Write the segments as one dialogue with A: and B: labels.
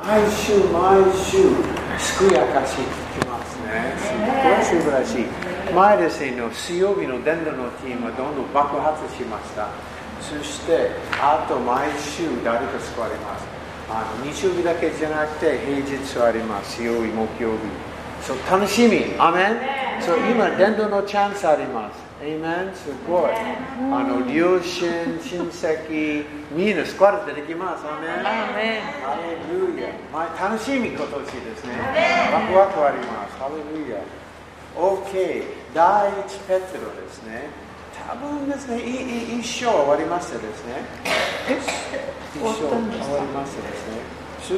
A: 毎週毎週健やかし来ますねすごい素晴らしい前ですね水曜日の伝道のティームはどんどん爆発しましたそしてあと毎週誰か救われますあの日曜日だけじゃなくて平日はあります水曜日木曜日そう楽しみアメンそう今伝道のチャンスありますエイメンすごいあの両親親戚みんな救われてできますアメンハレルヤ。まあ、楽しみ今年ですね。ワクワクあります。ハレルヤ。OK。第一ペテロですね。多分ですね、いい一生終わりましてですね。一生終わりましてですね。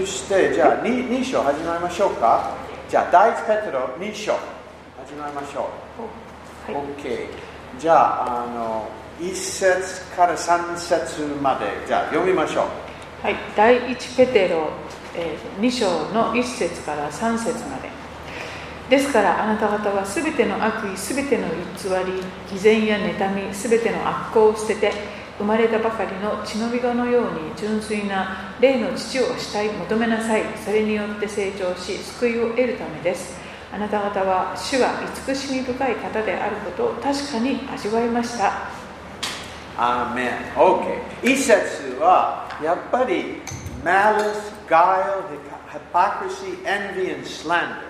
A: そして、じゃあ 2, 2章始めましょうか。じゃあ、第一ペテロ2章始めましょう。OK じゃああの1節から3節までじゃあ読みましょう
B: はい、第1ペテロ、えー2章の1節から3節までですからあなた方はすべての悪意すべての偽り偽善や妬みすべての悪行を捨てて生まれたばかりの血のびがのように純粋な霊の父をしたい求めなさいそれによって成長し救いを得るためですあなた方は主が慈しみ深い方であることを確かに味わいました
A: アーメン OK1 節はやっぱり malice, guile, hypocrisy, envy and slander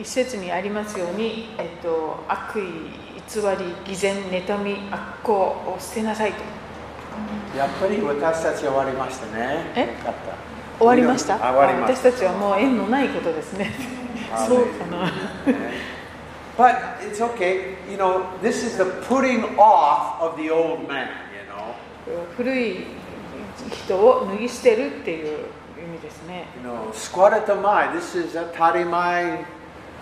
B: 一節にありますように、えっと、悪意偽り偽善妬み悪行を捨てなさいと
A: やっぱり私たち終わりましたね
B: え
A: よかっ
B: 終わりました
A: あ終わりました
B: 私たちはもう縁のないことですねそうかな
A: But it's okay, you know, this is the putting off of the old man, you know.
B: 古い人を脱ぎ捨てるっていう意味ですね
A: You know, 救われた前、This is 当たり前、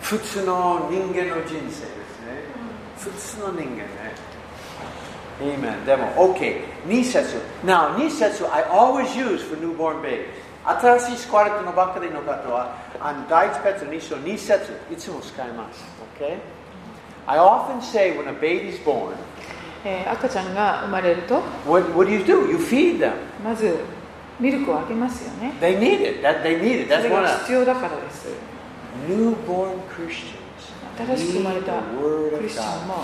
A: 普通の人間の人生ですね。普通の人間ね。Amen. でも、OK。2節。Now, 2節 I always use for newborn babies. 新しい救われたのばかりの方は、あの第1ペテロ2章2節、いつも使います。OK? I often say when a baby's born,
B: えー赤ちゃんが生まれると
A: what, what do you do? You feed them.
B: まずミルクをあげますよね
A: They need it. That, they need it.
B: そ
A: That's
B: れ
A: one
B: が
A: of
B: 必要だからです
A: newborn Christians.
B: 新しく生まれ
A: need
B: た
A: the word
B: クリ
A: of
B: スチャン
A: God.
B: も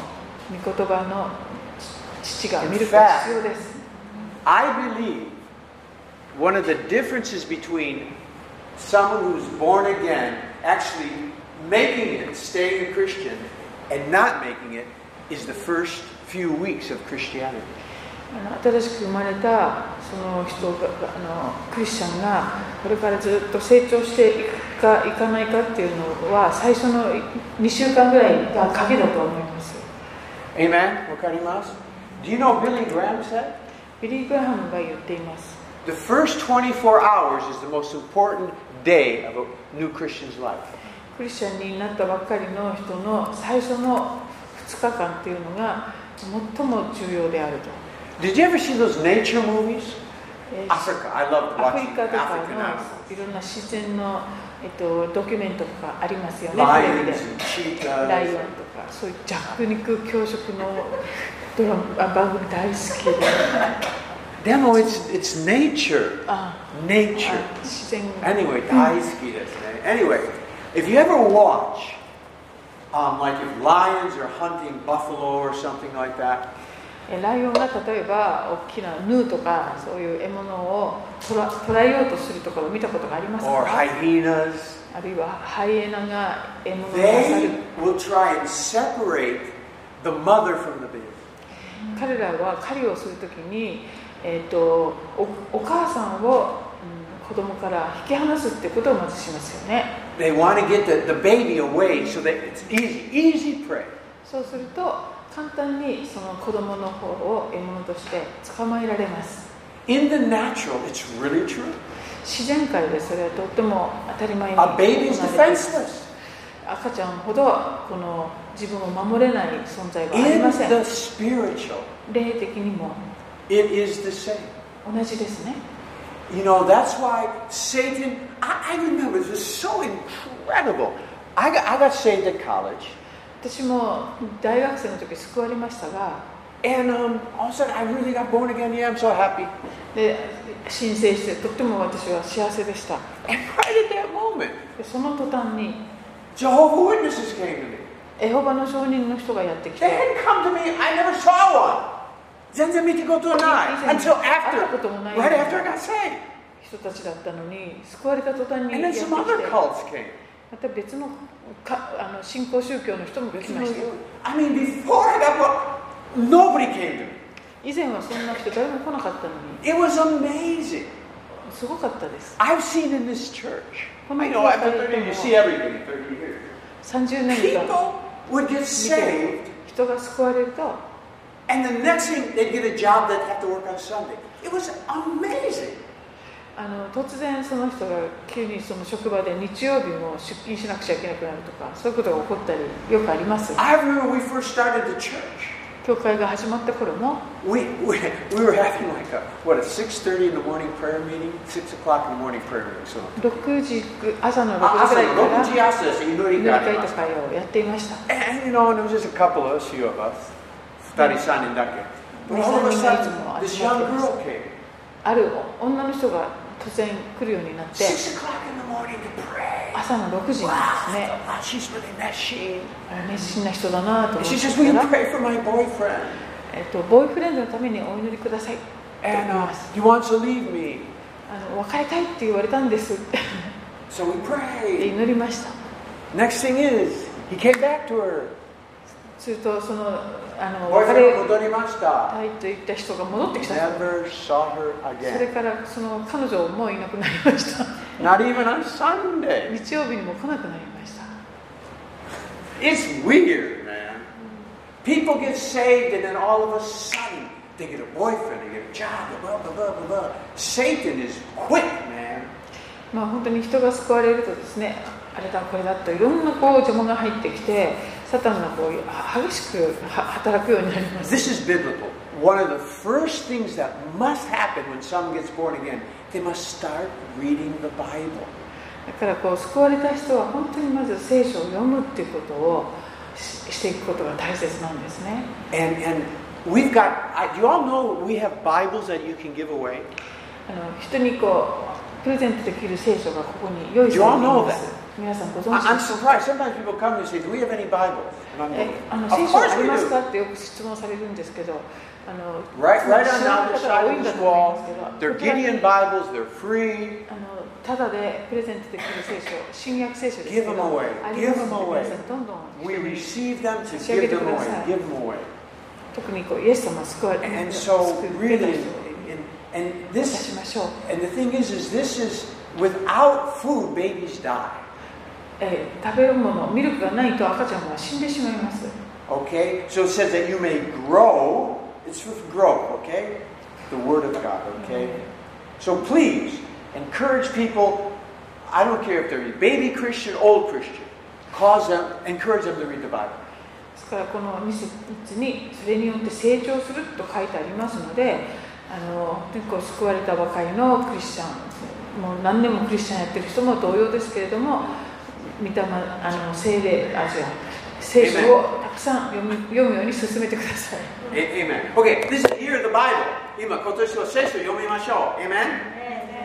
B: 御言葉の父がミルクが必要です
A: I believe one of the differences between someone who's born again, actually making it, staying a Christian, and not making it, is the first few weeks of Christianity.
B: あの新しく生まれたその人があのクリスチャンがこれからずっと成長していくかいかないかっていうのは最初の2週間ぐらいが鍵だと思います
A: Amen? Wakarimasu? Do you know Billy Graham said?
B: ビリー・グラハムが言っています
A: The first 24 hours is the most important day of a new Christian's life.
B: クリスチャンになったばっかりの人の最初の2日間っていうのが最も重要であると、
A: Did you ever see those nature movies?
B: えー
A: Africa. I loved
B: アフリ
A: watching
B: カとか
A: African animals.
B: のいろんな自然の、えっと、ドキュメントとかありますよね、テレビ
A: Lions
B: で。
A: and
B: ライオン
A: cheetahs.
B: とか、そういう弱肉強食のドラマあ番組大好きで、
A: でも、it's, it's nature.
B: あ
A: Nature.
B: あ自然
A: Anyway, 大好きですね。Anyway, if you ever watch, um, like if lions are hunting buffalo or something like that,
B: えライオンが例えば大きなヌーとか、そういう獲物を捕ら捕らえようとするところを見たことがありますか
A: or hyenas,
B: あるいはハイエナが獲物を漁る
A: they will try and separate the mother from the baby.
B: 彼らは狩りをするときに、えー、とおお母さんを、うん、子供から引き離すってことをまずしますよね
A: They want to get the, the baby away so that it's easy, easy prey.
B: そうすると簡単にその子供の方を獲物として捕まえられます
A: In the natural, it's really true.
B: 自然界でそれはとっても当たり前に
A: A baby is
B: 行われて
A: defenseless.
B: 赤ちゃんほどこの自分を守れない存在はあり
A: In
B: ません
A: the spiritual,
B: 霊的にも
A: it is the same.
B: 同じですね
A: You know, that's why Satan, I, I remember, this was so incredible. I got, I got saved at college,
B: 私も大学生の時救われましたが
A: And um, all of a sudden, I really got born again. Yeah, I'm so happy.
B: で申請してとっても私は幸せでした
A: And right at that moment,
B: でその途端に
A: Jehovah Witnesses came to me.
B: エホバの証人の人がやってき
A: They
B: て
A: hadn't come to me. I never saw one. 全然見たことない until after, right after I got saved.
B: 人たちだったのに救われた途端に
A: And
B: や
A: then
B: ってきて
A: some other cults came.
B: また別のかあの信仰宗教の人も来ました
A: I mean, before I got born, nobody came to me.
B: 以前はそんな人誰も来なかったのに
A: It was amazing.
B: すごかったです
A: I've seen in this church.
B: Oh my
A: I know I've been
B: God.
A: 30 years. You see everything in 30 years.
B: 30年間
A: People would get
B: 見て
A: saved,
B: 人が救われると
A: and the next thing they'd get a job they'd have to work on Sunday. It was amazing.
B: あの突然その人が急にその職場で日曜日も出勤しなくちゃいけなくなるとかそういうことが起こったりよくあります
A: I remember when we first started the church.
B: 教会が始まった頃も
A: We, we, we were having like a what a 6:30 in the morning prayer meeting, six o'clock in the morning prayer meeting. So
B: 6時朝の6時ぐらいから祈り会とか
A: 朝の6時朝です。祈りがあります。
B: をやっていました
A: And you know, and it was just a couple of us, few of us, 二人三人だけ。But all of a sudden, this young girl came.
B: ある女の人が突然来るようになって
A: Six o'clock in the morning to pray.
B: 朝の6時なんですね
A: Wow, she's really messy.
B: あ熱心な人だな
A: And
B: と思っ
A: she
B: て
A: says, "Will
B: た
A: you
B: ら、
A: pray for my boyfriend?"
B: えっと、ボーイフレンドのためにお祈りくださいって言い
A: And
B: ま
A: uh,
B: す
A: he wants to leave me.
B: あの別れたいって言われたんです
A: So we
B: って
A: prayed.
B: 祈りました
A: Next thing is, he came back to her.
B: するとそのあの別れ
A: Boyfriend 戻りました。
B: たいと言った人が戻ってきた
A: Never saw her
B: それ
A: again.
B: からその彼女もいなくなりました
A: Not even on Sunday.
B: 日曜日にも来なくなりました
A: It's weird, man. People get saved and then all of a sudden they get a boyfriend, they get a job, blah, blah, blah, blah, blah. Satan is quick, man.
B: まあ本当に人が救われるとですねあれだこれだといろんなこう邪魔が入ってきてサタンがこうは激しくは働くようになります
A: This is biblical. One of the first things that must happen when someone gets born again, they must start reading the Bible.
B: だからこう救われた人は本当にまず聖書を読むっていうことをししていくことが大切なんですね
A: And and we've got I, do you all know we have Bibles that you can give away?
B: あの人にこうプレゼントできる聖書がここに用意されてい
A: You all know
B: ま
A: that.
B: す皆さんご
A: I-
B: 存知
A: I'm
B: ですか
A: surprised. Sometimes people come and say, Do we have any Bibles? And I'm
B: え
A: going,
B: あの
A: Of
B: 聖書
A: course
B: あり
A: we
B: ます
A: do.
B: かってよく質問されるんですけど、あの、
A: Right, right
B: 知
A: on down
B: らない
A: the
B: 方が
A: side
B: 多いん
A: of
B: だ
A: this
B: と思
A: wall.
B: いますけ
A: They're
B: ど、こちらに
A: Gideon Bibles. They're free.
B: あのただでプレゼントできる聖書、新約聖書ですけ
A: Give
B: ど、
A: them away.
B: あります
A: Give them
B: の
A: away.
B: で皆さんどんどん
A: We receive them to
B: Share
A: give
B: it
A: them away.
B: with us.
A: Give them away.
B: 特にこうイエス様を救われ
A: And
B: 救
A: so
B: ってた
A: really,
B: 人
A: and, and
B: 出し
A: this,
B: ましょう。
A: and the thing is, is this is without food, babies die.
B: えー食べるもの、ミルクがないと赤ちゃんは死んでしまいます。
A: Okay, so it says that you may grow. It's for growth. Okay, the word of God. Okay, so please encourage people. I don't care if they're a baby Christian, old Christian. Cause them, encourage them to read the Bible.
B: ですからこの2節にそれによって成長すると書いてありますのであの結構救われたばかりのクリスチャンもう何年もクリスチャンやってる人も同様ですけれども御霊あの聖霊あ違う聖書をたくさん読む読むように進めてください
A: A- Amen. Okay, this is the year of the Bible. 今今年の聖書読みましょう。Amen.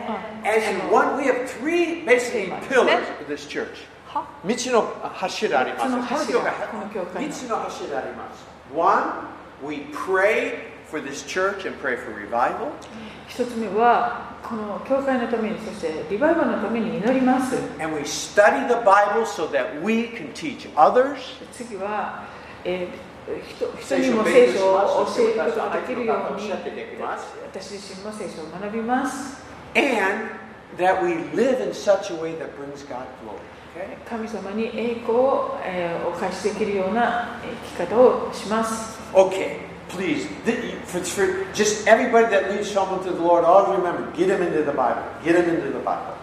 B: あ
A: And, and one, we have three basically
B: Amen.
A: pillars of this church.
B: は
A: 道の柱あります。この教会。
B: この教会の。
A: 道の柱あります。One, we pray for this church and pray for revival.
B: 一つ目はこの教会のためにそしてリバイバルのために祈ります
A: And we study the Bible so that we can teach others.
B: 次は、えー人人にも聖書を教えることができるように私自身も聖書を学びます
A: And that we live in such a way that brings God glory. Okay?
B: 神様に栄光を、えーお返しできるようなえー生き方をします
A: Okay, please, th- for, for just everybody that leads someone to the Lord, always remember, get them into the Bible. Get them into the Bible.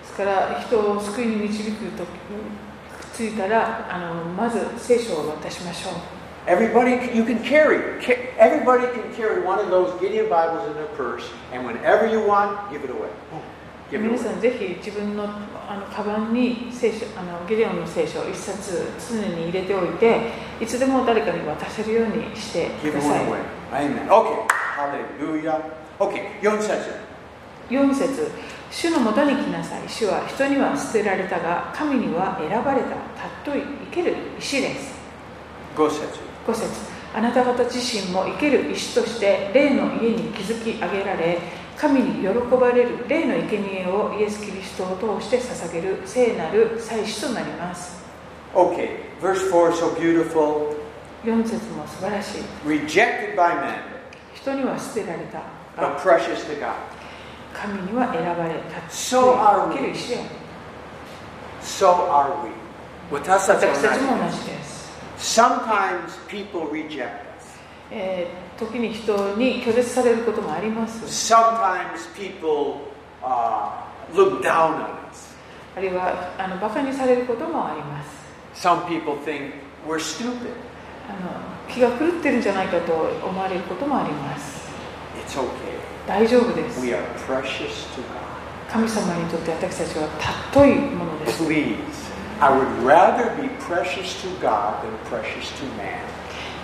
B: ですから人を救いに導くとくっついたらあのまず聖書を渡しましょう
A: Everybody, you can carry. ca- Everybody can carry one of those Gideon Bibles in their purse, and whenever you want, give it away. Boom. Give it
B: 皆
A: away.
B: さんぜひ自分のあのカバンに聖書あのギデオンの聖書を一冊常に入れておいていつでも誰かに渡せるようにして
A: Give it
B: ください
A: away. Amen. Okay. Hallelujah. Okay. 4節。
B: 4節主のもとに来なさい主は人には捨てられたが神には選ばれたたっとい生ける石です
A: 5節。
B: 5節あなた方自身も生ける石として霊の家に築き上げられ神に喜ばれる霊の生贄をイエス・キリストを通して捧げる聖なる祭司となります
A: Okay. Verse 4 so beautiful.
B: 4節も素晴らしい
A: Rejected by man,
B: 人には捨てられた
A: but
B: が
A: precious to God.
B: 神には選ばれた
A: そうある
B: 生ける石である
A: So are we. 私たち
B: 私たちも
A: も同
B: 同
A: じ
B: じです、
A: Sometimes people reject us.
B: えー時に人に拒絶されることもあります
A: Sometimes people uh, look down on us.
B: あるいはあのバカにされることもあります
A: Some people think we're stupid.
B: あの気が狂ってるんじゃないかと思われることもあります
A: It's okay.
B: 大丈夫です
A: We are precious to God.
B: 神様にとって私たちは尊いものです
A: Please, I would rather be precious to God than precious to man.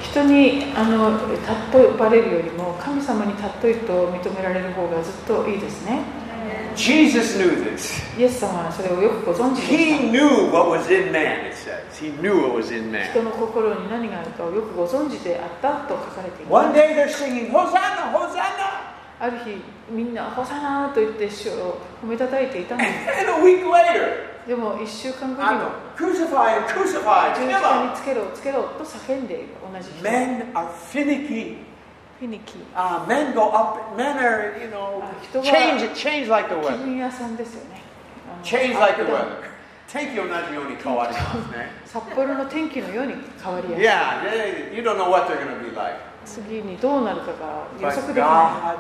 B: 人にあの尊ばれるよりも神様に尊いと認められる方がずっといいですね
A: Jesus knew this.
B: イエス様はそれをよくご存知でし
A: He knew what was in man, it says. He knew what was in
B: た人
A: man.
B: の心に何があるかをよくご存知であったと書かれていま
A: One
B: す
A: day they're singing, Hosanna, Hosanna!
B: ある日みんな「ホサナ」と言って主を褒めたたいていたの
A: And a week later,
B: でも1週間後に
A: I
B: は
A: go, crucify him, crucify
B: 十
A: him,
B: 字
A: kill
B: 架
A: him.
B: につけろつけろと叫んでいる同じ人
A: Men are finicky.
B: フィニキ
A: Uh, men go up. Men are, you know,
B: Ah,
A: change it, change like the
B: 気
A: weather.
B: 分屋さんですよねあの
A: Change like the
B: アップダウン
A: weather. 天気同じように変わりますね。
B: 札幌の天気のように変わりやす
A: Yeah, they-
B: い
A: you don't know what they're going to be like.
B: 次にどうなるかが予
A: But
B: 測できな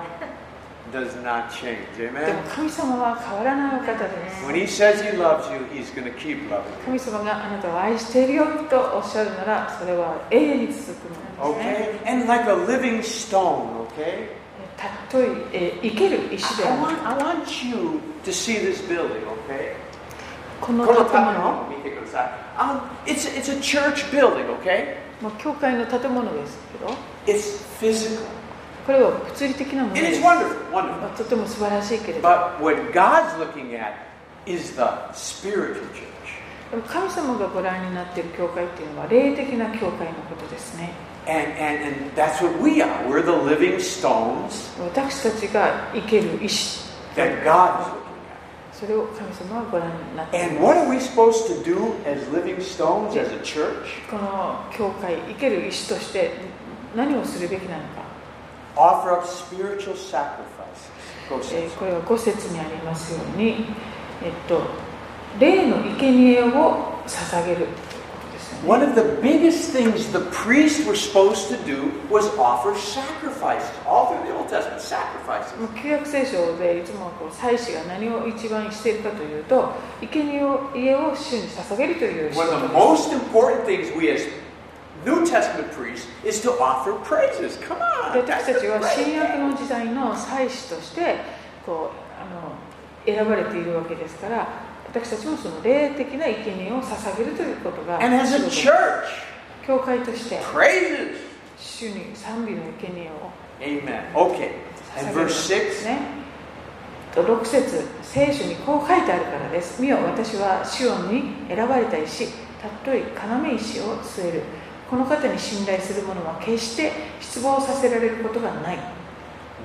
A: God does not change.
B: いでも
A: Amen.
B: 神様は変わらないお方です
A: When He says He loves you, He's going to keep loving you.
B: 神様があなたを愛しているよとおっしゃるならそれは永遠に続くものですね
A: Okay? And like a living stone, okay?
B: たっとい、えー生ける石で
A: I
B: ある
A: want, I want you to see this building, okay?
B: この
A: こ
B: 建
A: の
B: 物
A: 建物を見てください。Um, it's, it's a church building, okay?
B: まあ、教会の建物ですけど
A: It's physical.
B: これは物理的なもの
A: It
B: です
A: is
B: ま
A: wonderful, wonderful.
B: あとても素晴らしいけれど
A: But what God's looking at is the spiritual church.
B: でも神様がご覧になっている教会っていうのは霊的な教会のことですね
A: And, and, and that's what we are. We're the living stones
B: 私たちが生ける石
A: that God is looking
B: それを神様はご覧になっ
A: at.
B: てい
A: And
B: ま
A: what
B: す
A: are we supposed to do as living stones, as a church?
B: この教会生ける石として何をするべきなのか、
A: Offer up spiritual sacrifices. Go
B: えー
A: says.
B: これは5節にありますように、えっと、霊の生贄を捧げるということですよね
A: One of the biggest things the priests were supposed to do was offer sacrifices. All through the Old Testament, sacrifices.
B: もう旧約聖書でいつもこう祭司が何を一番しているかというと生贄を家を主に捧げるという仕
A: One
B: 事
A: of the
B: です
A: most important things we as New Testament priests is to offer praises. Come on.
B: で
A: that's
B: 私
A: the
B: たちは
A: great
B: 新
A: thing.
B: 約の時代の祭司としてこうあの選ばれているわけですから私たちもその霊的な生贄を捧げるということが
A: And as
B: 仕
A: a
B: 事
A: church,
B: 教会として
A: praises.
B: 主に賛美の生贄を
A: Amen. Okay.
B: 捧
A: And
B: げるんで
A: verse
B: す
A: 6.
B: ね。と6節聖書にこう書いてあるからです。見よ私はシオンに選ばれた石、たっとい要石を据える。この方に信頼する者は決して失望させられることがない。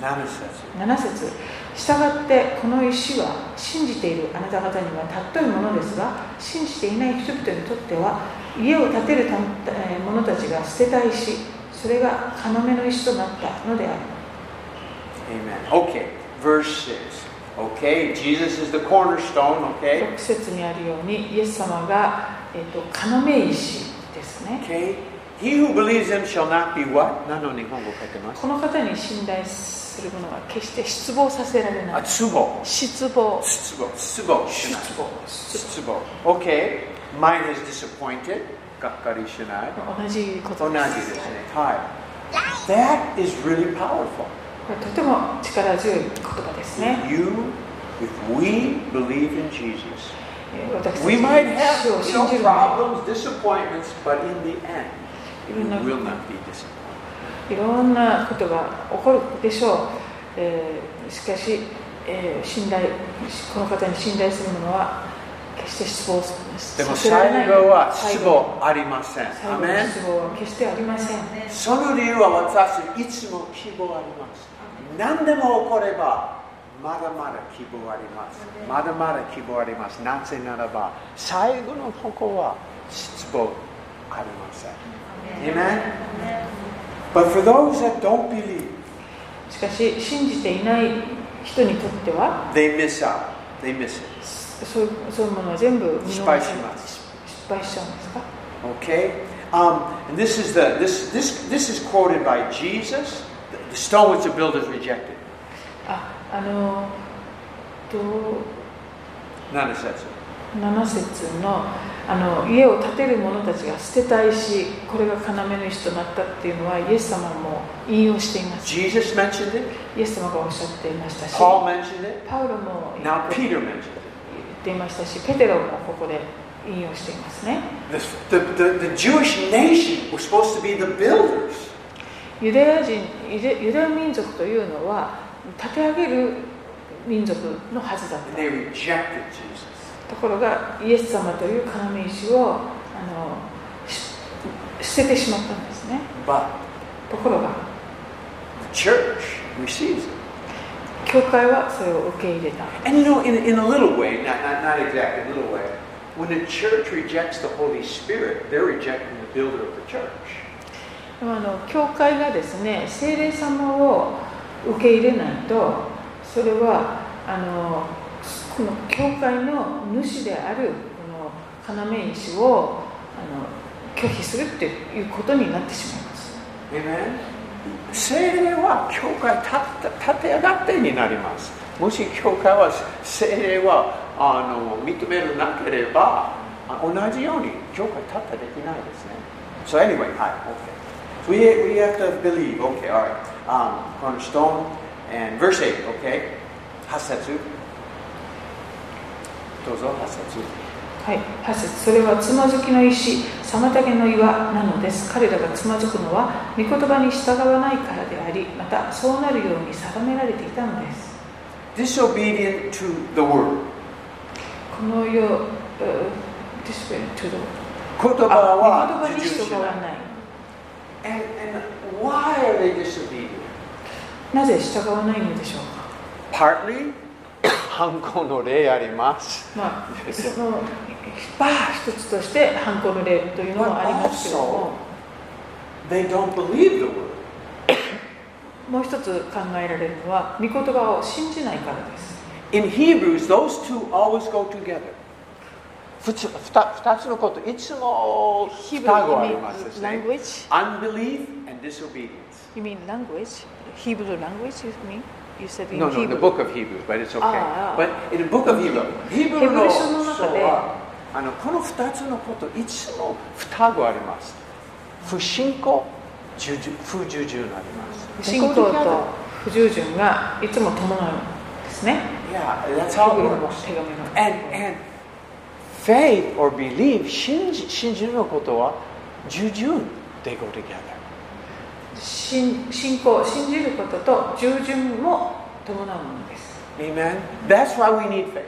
A: None of such.
B: 7節従ってこの石は信じているあなた方にはたっといものですが信じていない人々にとっては家を建てるたえー者たちが捨てた石それが要の石となったのである
A: Amen. Okay. Verse 6. Okay. Jesus is the cornerstone. Okay.
B: 6節にあるようにイエス様が、えー、と要石ですね
A: Okay. He who believes him shall not be what? 何の日本語書いてます
B: この方に信頼する者は決して失望させられ
A: Ah,
B: ない
A: あ、壺。
B: 失望
A: 壺。壺。
B: 失望失
A: Tsubo. Okay. Mine is disappointed. Gakkari shinai.
B: 望同じことです
A: Onaji That is really powerful.
B: これとても力強い言葉ですね
A: If you, if we believe in Jesus,
B: 私
A: we might
B: たち
A: have
B: 主を
A: you
B: 信じ
A: know,
B: るのは
A: problems, disappointments, but in the end, we
B: You're not-
A: will not be disappointed.
B: いろんなことが起こるでしょう、えーしかし、えー信頼この方に信頼するものは決して失望
A: でも
B: させられな
A: 最
B: い
A: 後は失望ありません。
B: 最
A: ア
B: 後の
A: メン
B: 失望は決してありません
A: その理由は私いつも希望あります。何でも起こればまだまだ希望あります。まだまだ希望あります。なぜならば最後のとこは失望ありません。Amen? But for those that don't believe,
B: しかし信じていない人にとっては
A: they miss out. They miss it.
B: そうそういうものは全部見逃
A: 失敗します
B: 失敗しちゃうんですか
A: Okay? Um, and this is the this this this is quoted by Jesus. The, the stone which the builders rejected.
B: ああのと
A: None of that's it.
B: 7節のあの家を建てる者たちが捨てたいしこれが要の石となったっていうのはイエス様も引用しています
A: Jesus mentioned it.
B: イエス様がおっしゃっていましたし
A: Paul mentioned it.
B: パウロも言
A: Now
B: って
A: Peter mentioned it.
B: 言っていましたしペテロもここで引用していますね
A: The, the, the, the Jewish nation was supposed to be the builders.
B: ユダヤ人ユダユダヤ民族というのは立て上げる民族のはずだった
A: And they rejected Jesus.
B: ところがイエス様という要石をあのし捨ててしまったんですね
A: But
B: ところが
A: the church receives it.
B: 教会はそれを受け入れた
A: And you know, in, in a little way, not, not, not exactly, a little way, when the church rejects the Holy Spirit, they're rejecting the builder of the church.
B: でもあの教会がですね聖霊様を受け入れないとそれはあのこの教会の主であるこの要石をあの拒否するっていうことになってしまいます
A: Amen? 聖霊は教会立て立て上がってになります。もし教会は聖霊はあの認めるなければ、あ同じように教会立てできないですね。So anyway, はい、OK。We, we have to believe, OK, alright.、Um, cornerstone and verse 8, OK? 八節。どうぞ、八節。
B: はい、8節それはつまずきの石、妨げの岩なのです。彼らがつまずくのは、御言葉に従わないからであり、またそうなるように定められていたのです。
A: Disobedient to the word.
B: この世、う disobedient to the
A: 言葉
B: word あ
A: は
B: 御言葉に
A: 受注し
B: 従
A: ない
B: わ。ない。
A: And, and why are they disobedient?
B: なぜ従わないのでしょう
A: Partly, 反抗の例あります。
B: か。まあ、その、バー一つとして反抗の例というのもありますけれども、
A: They don't believe the word.
B: もう一つ考えられるのは、御言葉を信じないからです。
A: In Hebrews, those two always go together. ふつふた二つのこと、いつも双子ありますですね。
B: language?
A: Unbelief and disobedience.
B: You mean language? Hebrew language, you mean? You said in
A: No, no,
B: Hebrew.
A: the book of Hebrews, but it's okay.
B: ああ
A: but in the book of Hebrews, Hebrew の
B: ヘブル書の中で
A: 書はあのこの二つのこと、いつも双子あります。不信仰、従順不従順あります。
B: 信仰と不従順がいつも伴うんですね。
A: Yeah,
B: ヘ
A: that's
B: ブ
A: how it
B: ルの
A: works.
B: 手紙の。
A: And, and faith or belief, 信じ信じるのことは従順。They go together.
B: 信信仰、信じることと従順も伴うものです。
A: Amen? That's why we need faith.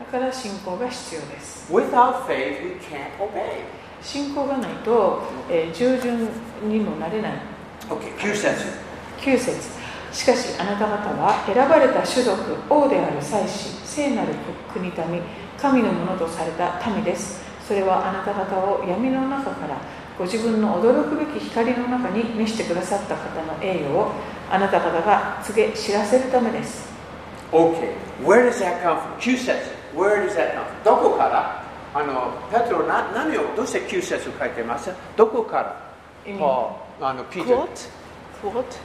B: だから信仰が必要です。
A: Without faith, we can't obey.
B: 信仰がないと、えー従順にもなれない。
A: Okay, 9節。
B: 9節しかしあなた方は選ばれた種族王である祭司聖なる国民神のものとされた民ですそれはあなた方を闇の中からご自分の驚くべき光の中に召してくださった方の栄誉をあなた方が告げ知らせるためです
A: Okay, where does that come from? 9節 Where does that come from? どこからあのペトロな何をどうして9節を書いてますどこから
B: 意味
A: ああのピーター
C: Quote? Quote?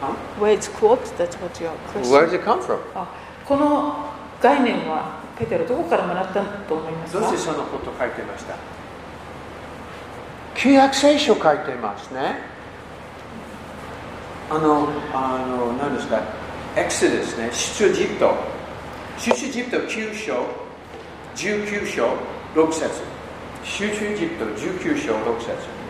A: Huh?
C: Where it's quote? That's what your question.
A: Where does it come from?
B: あこの概念はペテロどこからもらったと思います
A: ど
B: か
A: うしてそのこと書いてました旧約聖書書いてますねあのあの何ですかエクソですね出エジプト出エジプト9章19章6節出エジプト19章6節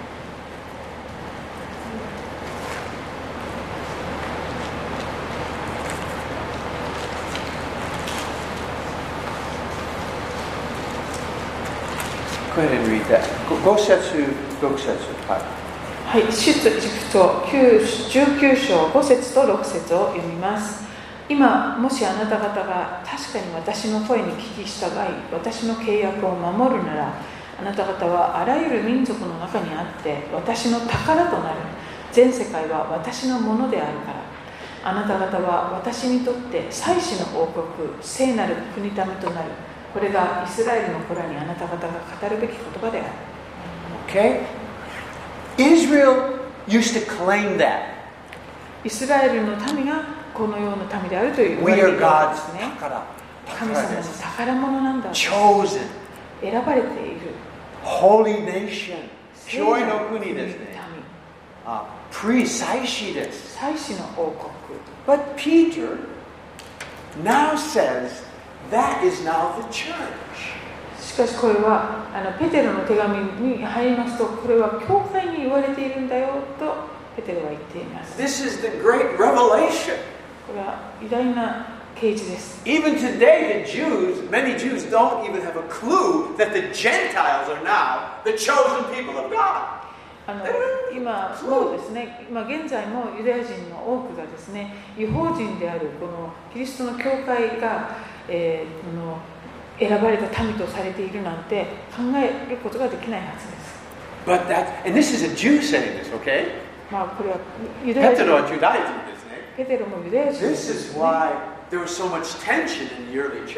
A: Go ahead and read that. Go- 5節、6節。はい。
B: はい、出エジプト9 19章5節と6節を読みます今もしあなた方が確かに私の声に聞き従い私の契約を守るならあなた方はあらゆる民族の中にあって私の宝となる全世界は私のものであるからあなた方は私にとって祭祀の王国聖なる国民となるこれがイスラエルの子らにあなた方が語るべき言葉である
A: Okay? Israel used to claim that.
B: イスラエルの民がこのような民であるという
A: We
B: 言わ
A: are
B: れている
A: God's
B: わけですね。
A: 宝。
B: 神様の宝物なんだ。選
A: Chosen,
B: ばれている。
A: holy nation.
B: 聖
A: joy
B: な
A: の
B: る
A: 国
B: 民
A: ですね。あ pre 祭祀です。
B: 祭司の王国。
A: But Peter now says that is now the church.
B: しかしこれはあのペテロの手紙に入りますとこれは教会に言われているんだよとペテロは言っています。
A: This is the great revelation.
B: これは偉大な啓示です。
A: Even today, the Jews, many Jews don't even have a clue that the Gentiles are now the chosen people of God.
B: あの今もうですね、今現在もユダヤ人の多くがですね、違法人であるこのキリストの教会が、えーこの選ばれた民とされているなんて考えることができないはずです。
A: But that, and this is a Jew saying this, okay?
B: まあこれはユダヤ人
A: Heterodox Judaism, isn't it?
B: ペテロもユダヤ人で
A: This
B: す、
A: is
B: ね。
A: why there was so much tension in the early church.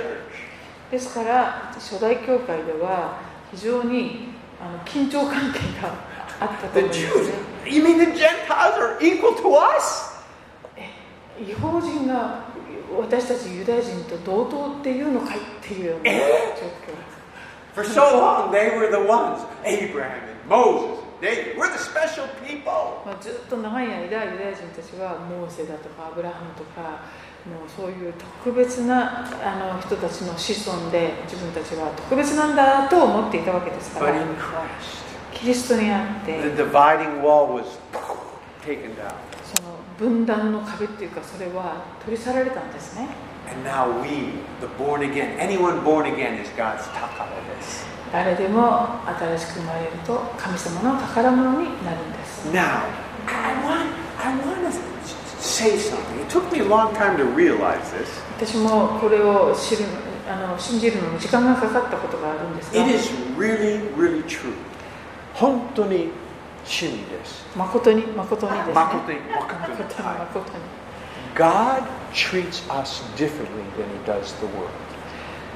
B: ですから初代教会では非常にあの緊張関係があったと思
A: The
B: います、
A: Jews, you mean the Gentiles are equal to us?
B: 違法人が私たちユダヤ人と同等っていうのかいっていうような状況です。
A: For so long, they were the ones Abraham and Moses and David. We're the special people.
B: まあ、ずっと長い間ユダヤ人たちはモーセだとかアブラハムとかもうそういう特別なあの人たちの子孫で自分たちは特別なんだと思っていたわけですから
A: Christ,
B: キリストにあって
A: the dividing wall was taken down.
B: その分断の壁っていうかそれは取り去られたんですね
A: And now we, the born again, anyone born again is God's takaradas.
B: 誰でも新しく生まれると神様の宝物になるんです
A: Now, I I want, I want to say something. It took me a long time to realize this.
B: 私もこれを知るあの信じるのに時間がかかったことがあるんですが
A: It is really, really true. 本当に真理です。
B: 誠に誠にですね誠に
A: 誠に、誠に。はい。
B: 誠に
A: God treats us differently than He does the world.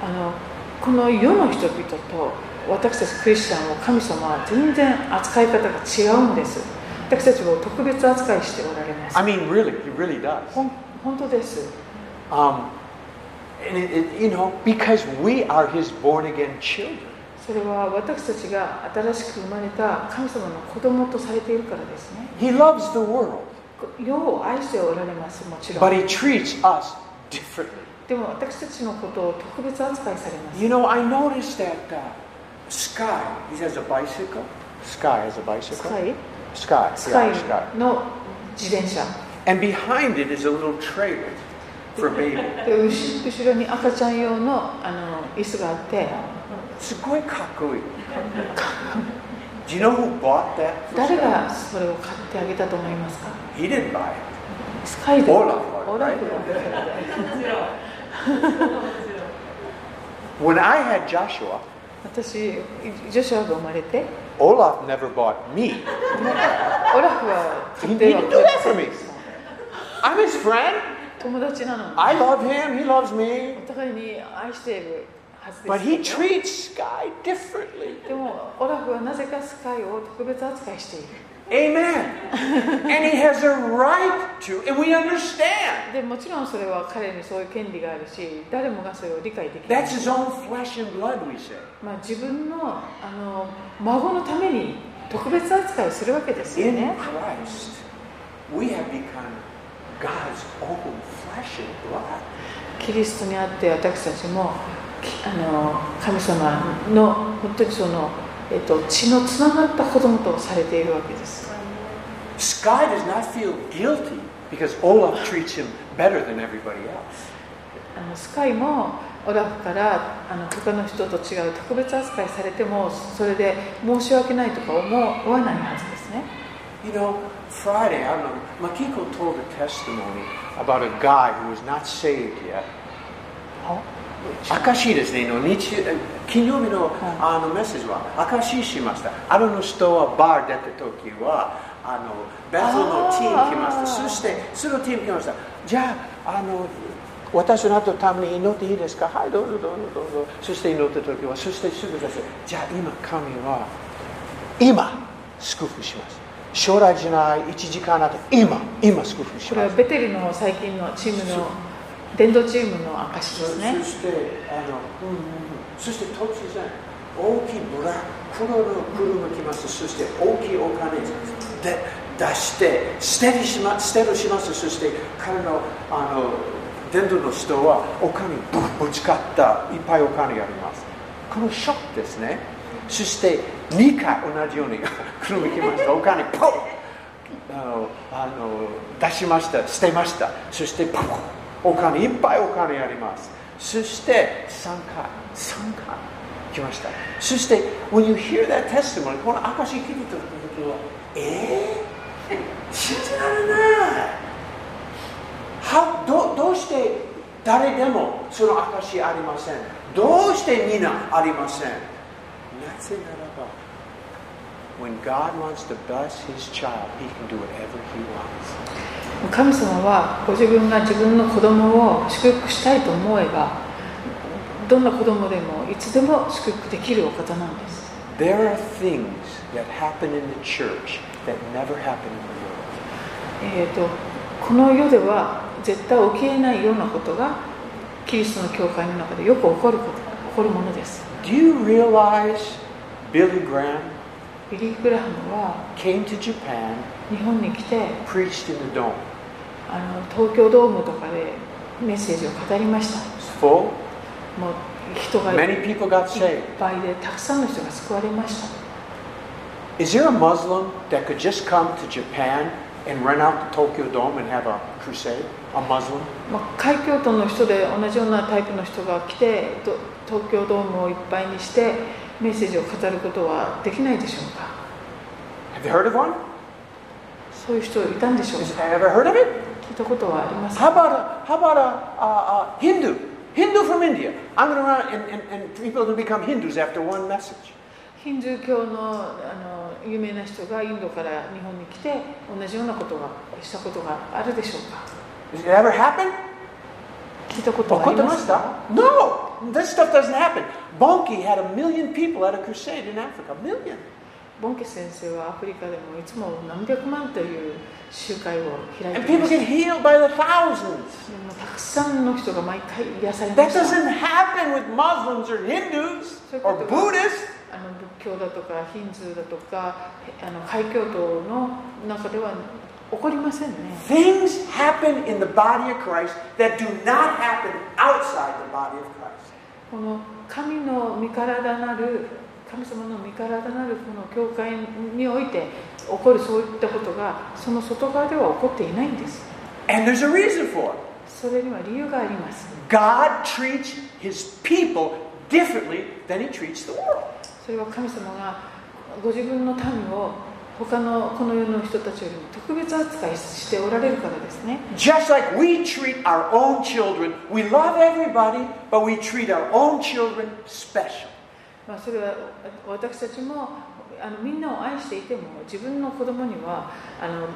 B: あのこの世の人々と私たちクリスチャンを神様は全然扱い方が違うんです私たちを特別扱いしておられます
A: I mean, really, He really does.
B: ほん本当です
A: Um, and it, it, you know, because we are His born again children.
B: それは私たちが新しく生まれた神様の子供とされているからですね
A: He loves the world,
B: 世を愛しておられますもちろ
A: but
B: ん
A: He treats us differently.
B: でも私たちのことを特別扱いされます
A: You know, I noticed that uh, Sky, he has a bicycle. Sky has a bicycle.
B: スカイ
A: Sky.
B: スカ
A: yeah, Sky.
B: イの自転車
A: And behind it is a little trailer for a baby.
B: で後後ろに赤ちゃん用のあの椅子があって
A: すごいかっこいい。Do you know who bought that? for
B: 誰
A: Sky?
B: がそれを買ってあげたと思いますか
A: He didn't buy it.
B: スカイで
A: オラフ
B: オラフが
A: When I had Joshua,
B: 私ジョシュアが生まれて
A: Olaf never bought me.
B: オラフは
A: He
B: 買っては
A: didn't do that for me. I'm his friend.
B: 友達なの
A: I love him. He loves me.
B: お互いに愛しているはず
A: But he
B: です
A: treats Sky differently.
B: でもオラフはなぜかスカイを特別扱いしている
A: Amen. and he has a right to, and we understand.
B: でもちろんそれは彼にそういう権利があるし誰もがそれを理解できない
A: That's his own flesh and blood, we say.
B: まあ、自分のあの孫のために特別扱いをするわけですよ
A: In
B: ね
A: Christ, we have become God's own flesh and blood.
B: キリストにあって私たちもきあの神様の本当にその、えっと、血のつながった子供とされているわけです。
A: Sky does not feel guilty because Olaf treats him better than everybody else.
B: あのスカイもオラフからあの他の人と違う特別扱いされてもそれで申し訳ないとか思わないはずですね。
A: You know, Friday, I remember, Makiko told a testimony about a guy who was not saved yet. 証しですね、の日金曜日のあのメッセージは証ししました。あるの人はバー出た時は、あのベズのチーム来ました。そして、そのチーム来ました。じゃあ、あの私の後のために祈っていいですかはい、どうぞどうぞどうぞ。そして祈った時は、そしてすぐです。じゃあ、今、神は、今、祝福します。将来じゃない、1時間なく今、今、祝福し
B: これ
A: ま
B: は
A: す。
B: ベテルの最近のチームの伝道チームの証ですね
A: そ。してあの、そして突然大きいブラ黒の車来ますそして大きいお金で出して捨てるしま捨てるしますそして彼のあの伝道の人はお金ぶぶつかったいっぱいお金がありますこのショックですねそして2回同じように車来ましたお金ポンあのあの出しました捨てましたそしてポンお金いっぱいお金ありますそして3回3回来ましたそして when you hear that testimony この証聞いてた時はえー、信じられないはどどうして誰でもその証ありませんどうしてみんなありませんなぜならば When God wants to bless his child, he can do whatever he wants.
B: 神様はご自分が自分の子供を祝福したいと思えばどんな子供でもいつでも祝福できるお方なんです
A: There are things that happen in the church that never happen in the world.
B: えー、とこの世では絶対起きえないようなことがキリストの教会の中でよく起こること起こるものです
A: Do you realize Billy Graham
B: ビリー・グラハムは
A: came to Japan,
B: 日本に来て
A: preached in the dome?
B: あの東京ドームとかでメッセージを語りました
A: It was full.
B: もう人がいっ
A: Many people got saved.
B: ぱいでたくさんの人が救われました
A: Is there a Muslim that could just come to Japan and rent out the Tokyo Dome and have a crusade? A Muslim?
B: まあ、海峡都の人で同じようなタイプの人が来てど東京ドームをいっぱいにしてメッセージを語ることはできないでしょうか
A: Have you heard of one?
B: そういう人いたんでしょう
A: Has
B: か
A: ever heard of it?
B: 聞いたことはありますか
A: How about a, how about a, a, a Hindu? Hindu from India. I'm going to run and, and, and people will become Hindus after one message.
B: ヒンズー教のあの有名な人がインドから日本に来て同じようなことがしたことがあるでしょうか
A: Does it ever happen?
B: 聞いたことはありますか
A: Okotomasta? No! This stuff doesn't happen. Bonke had a million people at a crusade in Africa. A million.
B: ボンケ先生はアフリカでもいつも何百万という集会を開い
A: And
B: ていま
A: people get
B: した
A: healed by the thousands.
B: でもたくさんの人が毎回癒されま
A: That
B: した
A: doesn't happen with Muslims or Hindus or Buddhists.
B: あの仏教だとかヒンズーだとかあの海峡道の中では起こりませんね
A: Things happen in the body of Christ that do not happen outside the body of Christ.
B: この神の身体なる神様の身体なるこの教会において起こるそういったことがその外側では起こっていないんです
A: And there's a reason for it.
B: それには理由があります
A: God treats his people differently than he treats the world.
B: それは神様がご自分の民を他のこの世の人たちよりも特別扱いしておられるからですね
A: Just like we treat our own children, we love everybody, but we treat our own children special.
B: まあ、それはあ私たちもあのみんなを愛していても自分の子供にはあの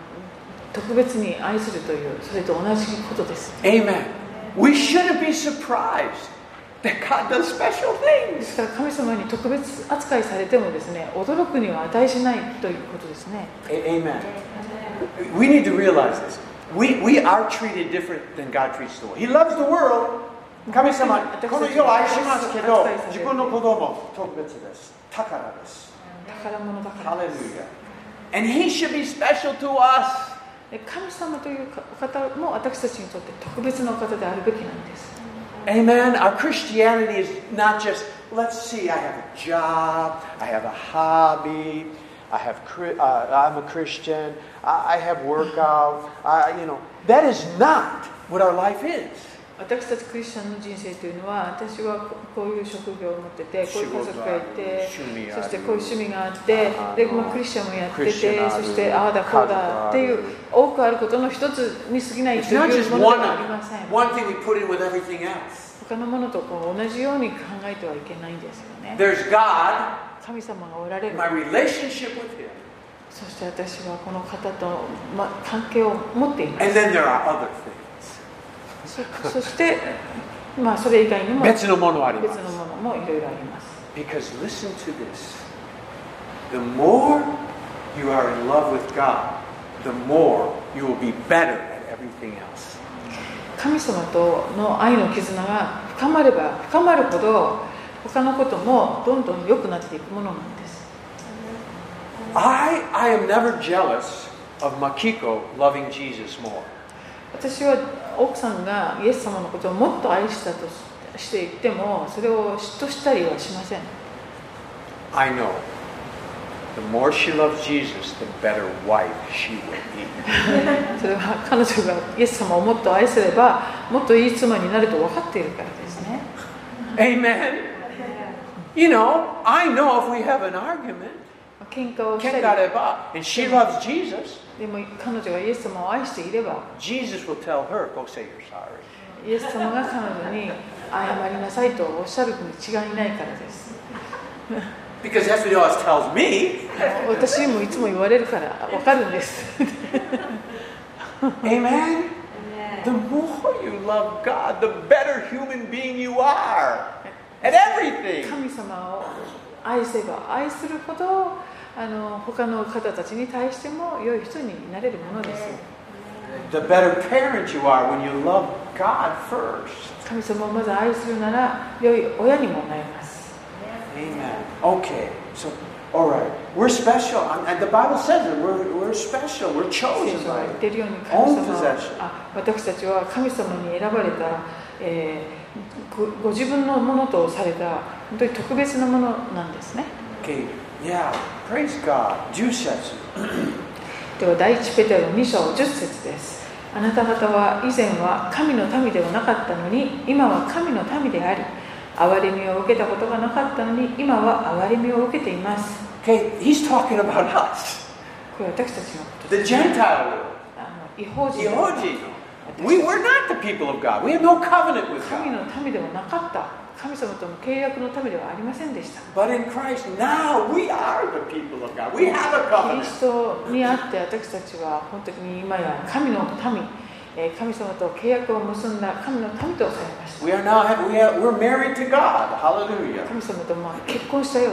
B: 特別に愛するというそれと同じことです
A: Amen. We shouldn't be surprised that God does special
B: で
A: things.
B: すから神様に特別扱いされてもですね驚くには値しないということですね
A: A- amen. We need to realize this. We, we are treated different than God treats the world. He loves the world. 神様、この世を愛しますけど、自分の子供、特別です。宝です。
B: 宝物だからです
A: Hallelujah. And He should be special to us.
B: で神様というかお方も私たちにとって特別なお方であるべきなんです
A: Amen. Our Christianity is not just, let's see, I have a job, I have a hobby, I have, Chri- uh, I'm a Christian, I, I have workout, I, you know. That is not what our life is.
B: 私私たちクリスチャンの人生というのは私はここういう職業を持っててこういう家族がいて
A: 仕事ある趣味あ
B: そ
A: る
B: してこういう趣味があって
A: あの
B: で、まあ、クリスチャンもやっ
A: ク
B: て
A: リスチャン
B: て
A: あ
B: そ
A: る
B: してああだこう
A: 家族ある
B: だっていう多くあることの一つに過ぎない
A: It's
B: とい
A: not
B: う
A: just
B: もの
A: one,
B: ではありません
A: one thing we put in with everything else.
B: 他のものとこう同じように考えてはいけないんですよね
A: There's God,
B: 神様がおられる
A: my relationship with Him,
B: そして私はこの方と、ま、関係を持っていま
A: and
B: す
A: then there are other things.
B: そそしてまあそれ以外にも別のものもいろいろあります
A: Because listen to this the more you are in love with God, the more you will be better at everything else.
B: 神様との愛の絆が深まれば深まるほど他のこともどんどん良くなっていくものなんです
A: I, I am never jealous of Makiko loving Jesus more.
B: 私は奥さんがイエス様のことをもっと愛したとししていってもそれを嫉妬したりはしません
A: I know the more she loves Jesus, the better wife she will be.
B: それは彼女がイエス様をもっと愛すればもっといい妻になると分かっているからですね
A: Amen. You know, I know if we have an argument,
B: まあ喧嘩をしたり
A: kenkareba, and she loves Jesus,
B: でも彼女がイエス様を愛していれば
A: Jesus will tell her, go say you're sorry.
B: イエス様が彼女に謝りなさいとおっしゃるに違いないからです
A: Because that's what he always tells me.
B: 私にもいつも言われるから分かるんです
A: Amen. The more you love God, the better human being you are at everything.
B: 神様を愛せば愛するほどあの他の方たちに対しても良い人になれるものですよ
A: The better parent you are when you love God first.
B: 神様をまず愛するなら良い親にもなります
A: Amen. Okay. So, all right. We're special. And and the Bible says it. We're, we're special. We're
B: 聖
A: chosen
B: 書が
A: by
B: 言っ
A: Him.
B: ているように神
A: Own
B: 様
A: possession.
B: あ私たちは神様に選ばれた、えーごご自分のものとされた本当に特別なものなんですね
A: Okay. Yeah. Praise God. Jusetsu.
B: では第一ペテロ2章10節ですあなた方は以前は神の民ではなかったのに今は神の民であり憐れみを受けたことがなかったのに今は憐れみを受けています
A: Okay. He's talking about us,
B: これ私たちのこと
A: the
B: ですね
A: Gentile world.
B: あの違法人
A: Yehoji. We were not the people of God. We have no covenant with
B: 神
A: God.
B: の民ではなかった神様との契約の民ではありませんでした
A: But in Christ, now we are the people of God. We have a
B: キリ
A: covenant.
B: ストにあって私たちは本当に今や神の民えー神様と契約を結んだ神の民とされました
A: We are now have, we are, we're married to God. Hallelujah.
B: 神様とまあ結婚したよ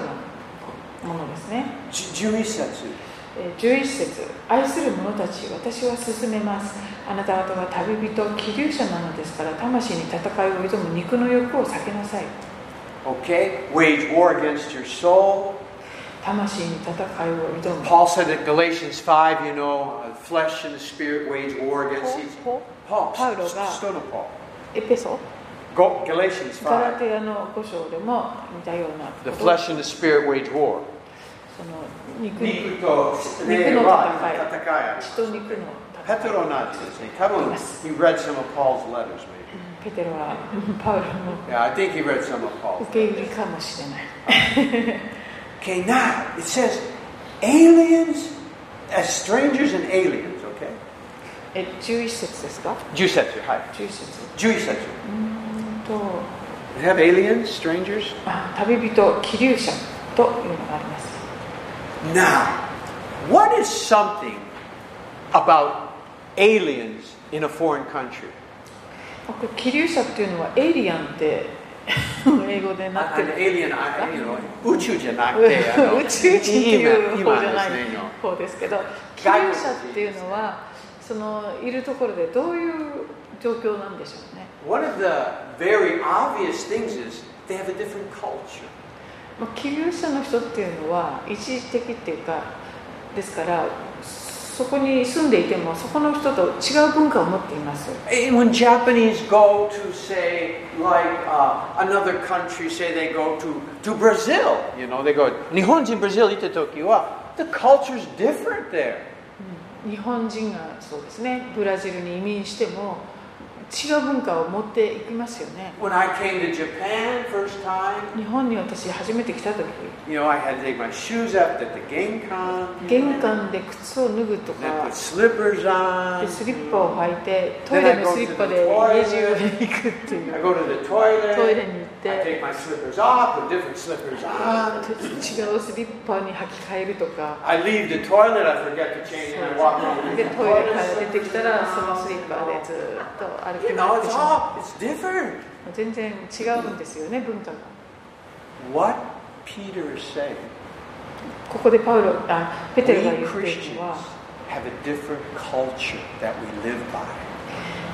B: うなものですね
A: Jumi Setsu.
B: えー11節愛する者たち私は進めますあなた方は旅人気流者なのですから魂に戦いを挑む肉の欲を避けなさい
A: Okay? Wage war against your soul.
B: 魂に戦いを挑む
A: Paul said in Galatians 5, you know, uh, flesh and the spirit wage war against each
C: ポ
A: Paul,
B: Paulo
A: s-
B: ga-
A: Stone of Paul.
C: エペソ
A: Go, Galatians
B: ガラ
A: 5.
B: テヤの5章でも似たような
A: The flesh and the spirit wage war.
B: その肉に
A: 肉と肉の戦い。
B: Nikko-takai. 血と肉の戦い Yes.
A: ペテロなんてですね、多分、he read some of Paul's letters, maybe.
B: ペテロはパウロの
A: Yeah, I think he read some of Paul's.
B: 受け入れかもしれない
A: Okay, now it says aliens as strangers and aliens, okay?
B: え11節ですか
A: Jusetsu, hi.
B: 11節
A: Jusetsu.
B: うんと
A: They have aliens, strangers?
B: あ旅人気流者というのがあります
A: Now, what is something about aliens in a foreign country?
B: あこれ気流者っていうのはエイリアンって 英語でなってる
A: alien, I, you know, 宇宙じゃなくて、あの、
B: 宇宙人っていう方じゃな
A: 今で
B: い
A: すね、今。
B: 方ですけど気流者っていうのはそのいるところでどういう状況なんでしょうね
A: One of the very obvious things is they have a different culture.
B: まあ、起業者の人っていうのは一時的っていうかですからそこに住んでいてもそこの人と違う文化を持っています
A: And when Japanese go to, say, like uh, another country, say they go to, to Brazil, you know, they go, Nihonjin Brazil itetokiwa, the culture's different there.
B: 日本人がそうですねブラジルに移民しても違う文化を持っていきますよね
A: When I came to Japan first time,
B: 日本に私初めて来た時
A: you know, I had to take my shoes out at the Genkan,
B: 玄関で靴を脱ぐと
A: then
B: か
A: put slippers
B: で
A: on.
B: スリッパを履いてトイレのスリッパで家中に行くってい
A: I
B: う
A: go to the
B: トイレ
A: toilet,
B: に行っ
A: I take
B: て
A: my slippers off, put different slippers on.
B: 違うスリッパに履き替えるとか
A: I leave the toilet, I forget to
B: そう
A: change
B: です
A: it, I
B: ね
A: walk over to
B: で
A: the
B: トイレから
A: toilet.
B: 出てきたらそのスリッパでずっと歩き
A: You
B: 回
A: know,
B: ってし
A: it's
B: ま
A: all, it's different.
B: う全然違うんですよね文化が
A: What Peter is saying,
B: ここでパウロあペ
A: we
B: テロが言っているの
A: Christians
B: は
A: have a different culture that we live by.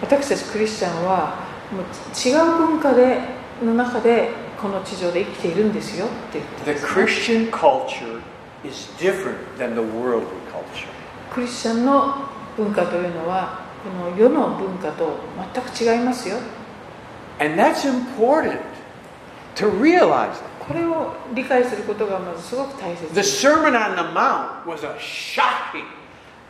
B: 私たちクリスチャンはもう違う文化での中でこの地上で生きているんですよって言って
A: The
B: ます
A: Christian culture is different than the worldly culture.
B: クリスチャンの文化というのはこの世の文化と全く違いますよ
A: And that's important to realize that.
B: これを理解することがまずすごく大切
A: The
B: です
A: Sermon on the Mount was a shocking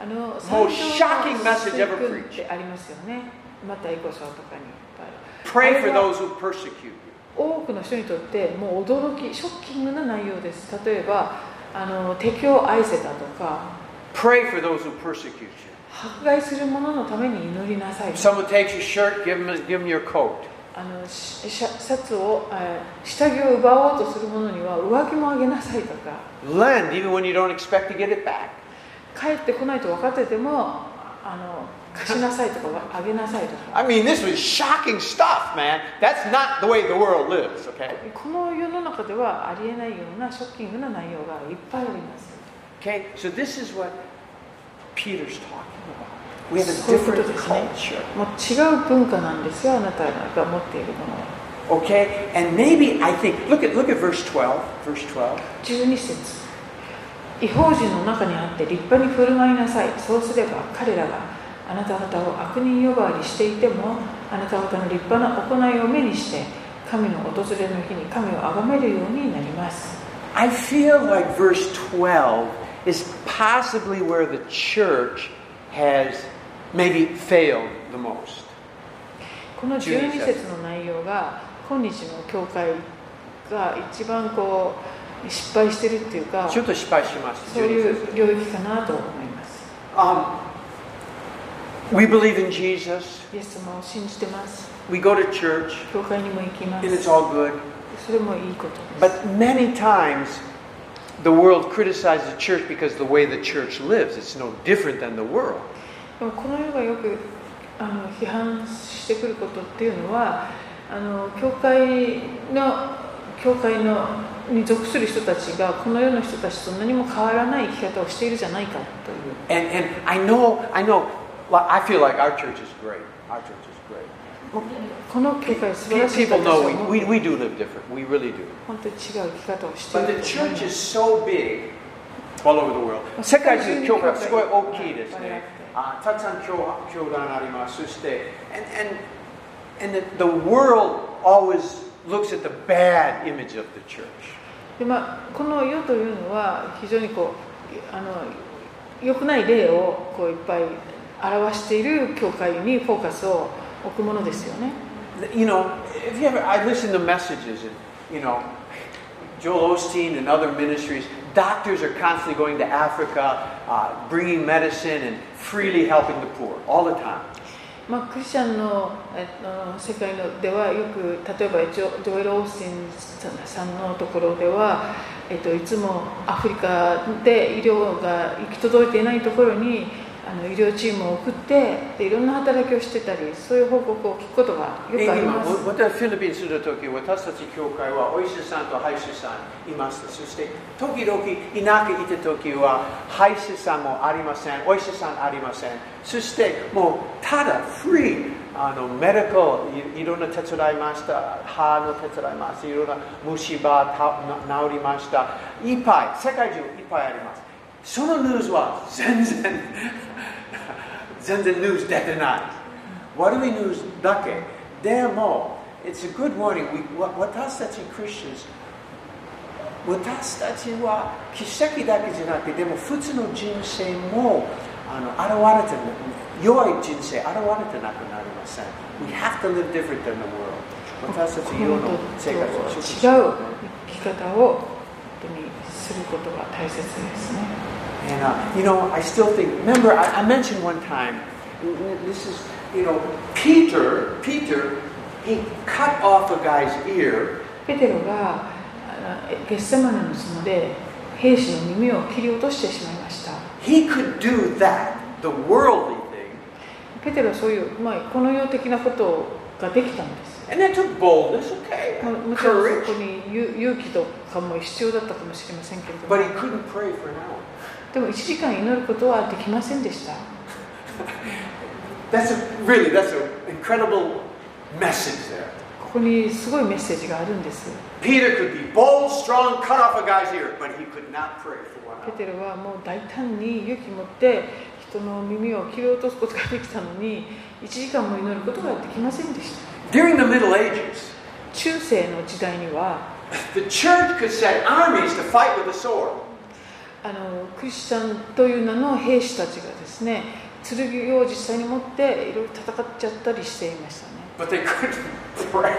B: あの
A: most
B: 最
A: shocking
B: 初
A: message ever
B: の教育ってありますよねまた以降章とかにいっぱい
A: pray for those who persecute you.
B: 多くの人にとってもう驚きショッキングな内容です例えばあの敵を愛せたとか
A: Pray for those who persecute you.
B: 迫害する者のために祈りなさい
A: If someone takes your shirt, give them, give them your coat.
B: あのしシャシャツをあ下着を奪おうとする者には上着もあげなさいとか
A: Lend even when you don't expect to get it back.
B: 帰ってこないと分かっててもあの貸しなさいとかあげなさいとか
A: I mean, this was shocking stuff, man. That's not the way the world lives, okay?
B: この世の中ではありえないようなショッキングな内容がいっぱいあります
A: Okay, so this is what Peter's talking about. We have a
B: そういうこ
A: different
B: とですね
A: culture.
B: もう違う文化なんですよあなたが持っているものは
A: Okay, and maybe I think look at look at verse 12, verse 12.
B: 12節違法人の中にあって立派に振る舞いなさいそうすれば彼らがあなた方を悪人呼ばわりしていてもあなた方の立派な行いを目にして神の訪れの日に神を崇めるようになります
A: I feel like verse 12 is possibly where the church has maybe failed the most.
B: この12節の内容が今日の教会が一番こう失敗してるっていうか
A: ち
B: そういう
A: ょっと失敗します。12節。
B: 領域かなと思います
A: Um, we believe in Jesus.
B: イエス様を信じてます
A: We go to church,
B: 教会にも行きます
A: and it's all good.
B: それもいいことです
A: But many times, the world criticizes the church because the way the church lives, it's no different than the world.
B: でもこの世がよくあの批判してくることっていうのはあの教会の教会のに属する人たちがこの世の人たちと何も変わらない生き方をしているじゃないかという
A: And, and I know, I know, well, I feel like our church is great. Our church is great.
B: この教会素晴ら
A: Pe-
B: しいと
A: People
B: 私は
A: know
B: 思う
A: we, we, we do live different. We really do.
B: 本当に違う生き方をしてい
A: But
B: る
A: the church is so big all over the world. 世界中教会はすごい大きいですね。あたくさん教教団あります。そして、and, and, and the, the world always looks at the bad image of the church.
B: で、まあ、この世というのは非常にこうあの良くない例をこういっぱい表している教会にフォーカスを置くものですよね
A: You know, if you ever, I listen to messages and, you know, Joel Osteen and other ministries, doctors are constantly going to Africa, uh, bringing medicine and freely helping the poor all the time.
B: まあ、クリスチャンのえあの世界のではよく例えばジョジョエル・オースティンさんのところでは、えっと、いつもアフリカで医療が行き届いていないところにあの医療チームを送ってでいろんな働きをしてたりそういう報告を聞くことがよくあります。
A: 今私フィリピンするとき私たち教会はお医者さんと歯医者さんいますそして時々田舎にいたときは歯医者さんもありませんお医者さんありませんそしてもうただフリーあのメディカルいいろんな手伝いました歯の手伝いますいろんな虫歯たな治りましたいっぱい世界中いっぱいありますそのニュースは全然 全然ニュース出てない悪いニュースだけでも It's a good warning We- わ私たち Christians 私たちは奇跡だけじゃなくてでも普通の人生もあの現れて弱い人生、現れてなくなりません。We have to live different than the world. 私たち世の生活を
B: 違う生き方を本当にすることが大切ですね。
A: And uh, you know, I still think. Remember, I, I mentioned one time. This is, you know, Peter. Peter, he cut off a guy's ear,
B: ペテロがあのゲッセマネの園で兵士の耳を切り落としてしまいました。
A: he could do that, the worldly thing,
B: ペテロはそういう、まあ、この世的なことができたんです。
A: and that took boldness. Okay,
B: まあもちろん
A: courage.
B: そこに勇勇気とかも必要だったかもしれませんけれども
A: But he couldn't pray for an hour.
B: でも1時間祈ることはできませんでした
A: That's a, really that's an incredible message there.
B: ここにすごいメッセージがあるんです
A: Peter could be bold, strong, cut off a guy's ear, but he could not pray for one
B: ペ
A: hour.
B: テロはもう大胆に勇気持って人の耳を切り落とすことができたのに1時間も祈ることができませんでした
A: During the Middle Ages,
B: 中世の時代には
A: the church could send armies to fight with the sword.
B: あのクリスチャンという名の兵士たちがですね剣を実際に持っていろいろ戦っちゃったりしていましたね
A: But they couldn't pray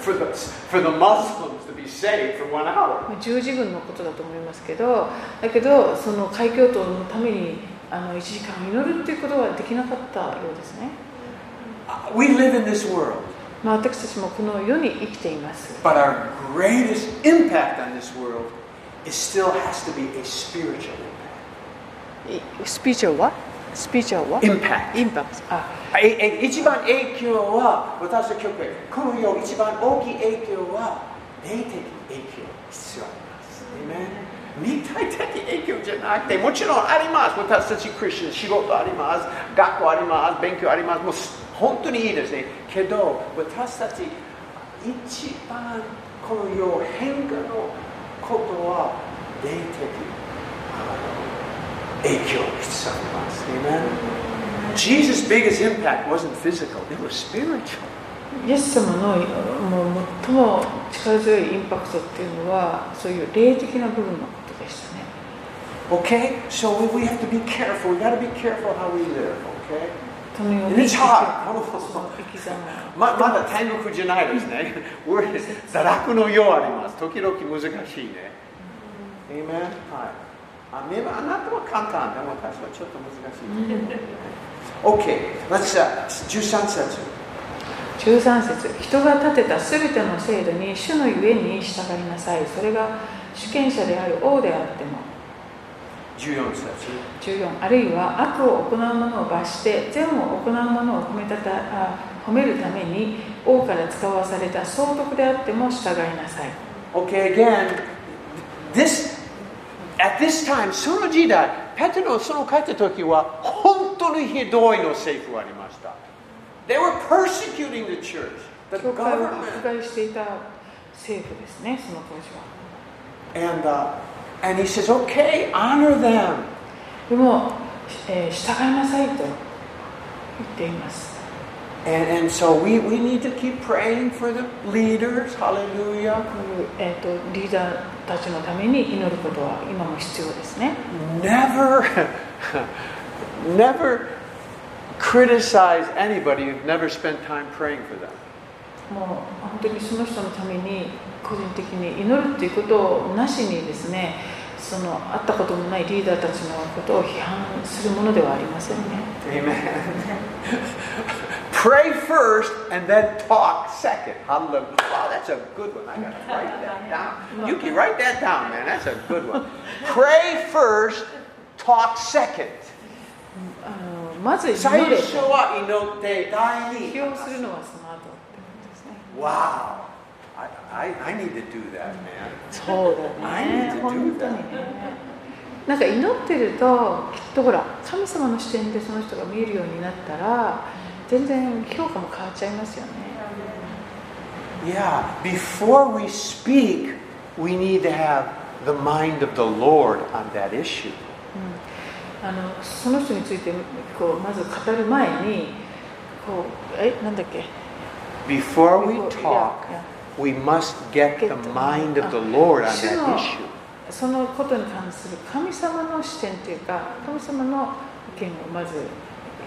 A: for the, for the Muslims to be saved for one hour.
B: まあ十字軍のことだと思いますけどだけどその海峡島のためにあの1時間祈るっていうことはできなかったようですね、
A: Uh, We live in this world,
B: まあ、私たちもこの世に生きています
A: but our greatest impact on this world is still has to be a spiritual impact.
C: スピーチャーはスピーチャーは
A: Impact.
C: インパクト。
B: あ
A: ええ一番影響は私の教会この世一番大きい影響は霊的影響必要あります。ね、肉体的影響じゃなくてもちろんあります。私たちクリスチャン仕事あります。学校あります。勉強あります。もうす本当にいいですね。けど私たち一番この世変化のことは霊的あの影響必要あります。Amen. Jesus' biggest impact wasn't physical, it was spiritual.
B: イエス様のもう最も力強いインパクトっていうのはそういう霊的な部分のことでしたね
A: Okay? So we, we have to be careful. We gotta be careful how we live, okay?
B: その世
A: And it's
B: そ
A: hard.
B: の生き様
A: ままだ天国じゃないですね。 俺堕落のようあります。時々難しいね。Amen? Ah, はい。あ、でもあなたは簡単。でも私はちょっと難しい。OK。Let's, uh, 13節。
B: 13節人が建てたすべての制度に主のゆえに従いなさいそれが主権者である王であっても
A: 14節。
B: 14あるいは悪を行う者を罰して善を行う者を褒めたたあ褒めるために王から使わされた総督であっても従いなさい
A: Okay, again, this, at this time, その時代、ペテロがその帰った時は、本当にひどいの政府がありました。They were persecuting the church, the
B: 教会を
A: government.
B: 迫害していた政府ですねその当時は
A: And, uh, and he says, okay, honor them.
B: でも、えー従いなさいと言っています
A: And, and so we, we need to keep praying for the leaders.
B: こ
A: Hallelujah.
B: ういう、えー、とリーダーたちのために祈ることは今も必要ですね
A: Never, never criticize anybody who've never spent time praying for them.
B: もう本当にその人のために個人的に祈るっていうことをなしにですねその会ったこともないリーダーたちのことを批判するものではありませんね
A: Amen. Pray first and then talk second. Hallelujah. Wow, that's a good one. I gotta write that down. You can write that down, man. That's a good one. Pray first, talk second.
B: あのまず祈れ批評する
A: 最初は祈って第二。
B: のはその後ってことですね
A: Wow. I, I, I need to do that, man.
C: そうだ
A: I
C: ね。
A: need
B: 本
A: to do
B: 当に
A: that.
B: ねなんか祈ってるときっとほら神様の視点でその人が見えるようになったら全然評価も変わっちゃいますよね
A: Yeah. Before we speak, we need to have the mind of the Lord on that issue.
B: あのその人についてこうまず語る前にこうえなんだっけ
A: Before we
B: Before-
A: talk,
B: yeah,
A: we must get,
B: Get
A: the
B: the-
A: mind of the
B: uh,
A: Lord on
B: sure.
A: that issue.
B: そのことに関する神様の視点というか神様の意見をまず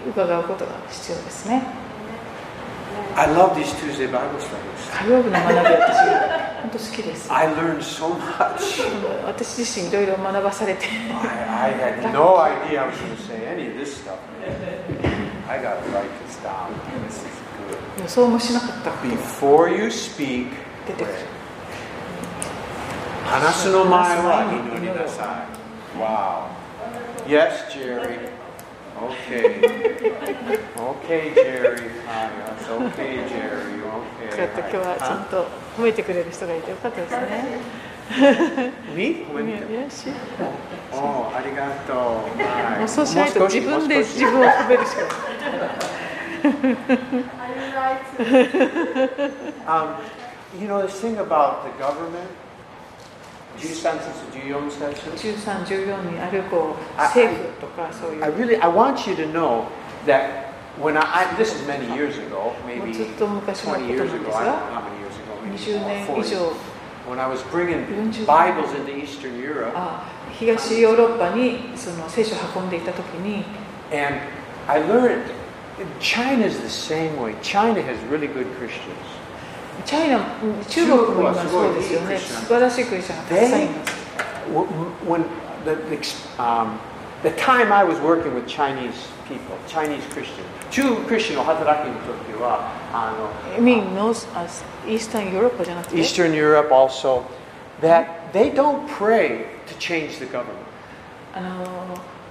B: 伺うことが必要ですね
A: I love these Tuesday Bible studies.
B: 火曜日の学び私 本当好きです
A: I learned so much.
B: 私自身いろいろ学ばされて
A: I, I had no idea I was going to say any of this stuff. I got to write this down. This is good.
B: 予想もしなかったことが
A: Before you speak,
B: 出てくる
A: pray. 話すの前は祈りなさい。Wow. Yes, Jerry. Okay. Okay, Jerry. Ah, yes. Okay, Jerry.
B: こうやって今日
A: Okay.
B: はちゃん
A: Ah,
B: と褒めてくれる人がいてよかったですね
A: Me?
B: 褒めよし
A: Oh, ありがとう。はい
B: もうそうしないと
A: もう少
B: 自分で
A: もう少し
B: 自分を褒めるしかない
A: Um, you know this thing about the government. 13節14節
B: 13、14にあるこう
A: あ
B: 政府とかそうい
A: I
B: う
A: really I want you to know that when I, I this is many years ago,
B: もう
A: maybe
B: ずっと昔のこと
A: 20
B: なん
A: years
B: です
A: ago. I don't
B: が
A: know how many years ago. Maybe more,
B: 20年以
A: 40.
B: 上
A: When I was bringing
B: 40
A: Bibles into Eastern Europe,
B: あ東ヨーロッパにその聖書を運んでいた時に
A: and I learned China's the same way. China has really good Christians.
B: チャイナ中国も今そうですよね
A: 中
B: 素
A: 国
B: 晴らしいクリスチャンがたくさんいます
A: When when the, the, ex- um, the time I was working with Chinese people, Chinese Christians, 中国 Christian の働きの時はあの
B: I mean, North, as Eastern Europe じゃなくて
A: Eastern Europe also, that they don't pray to change the government.
B: あの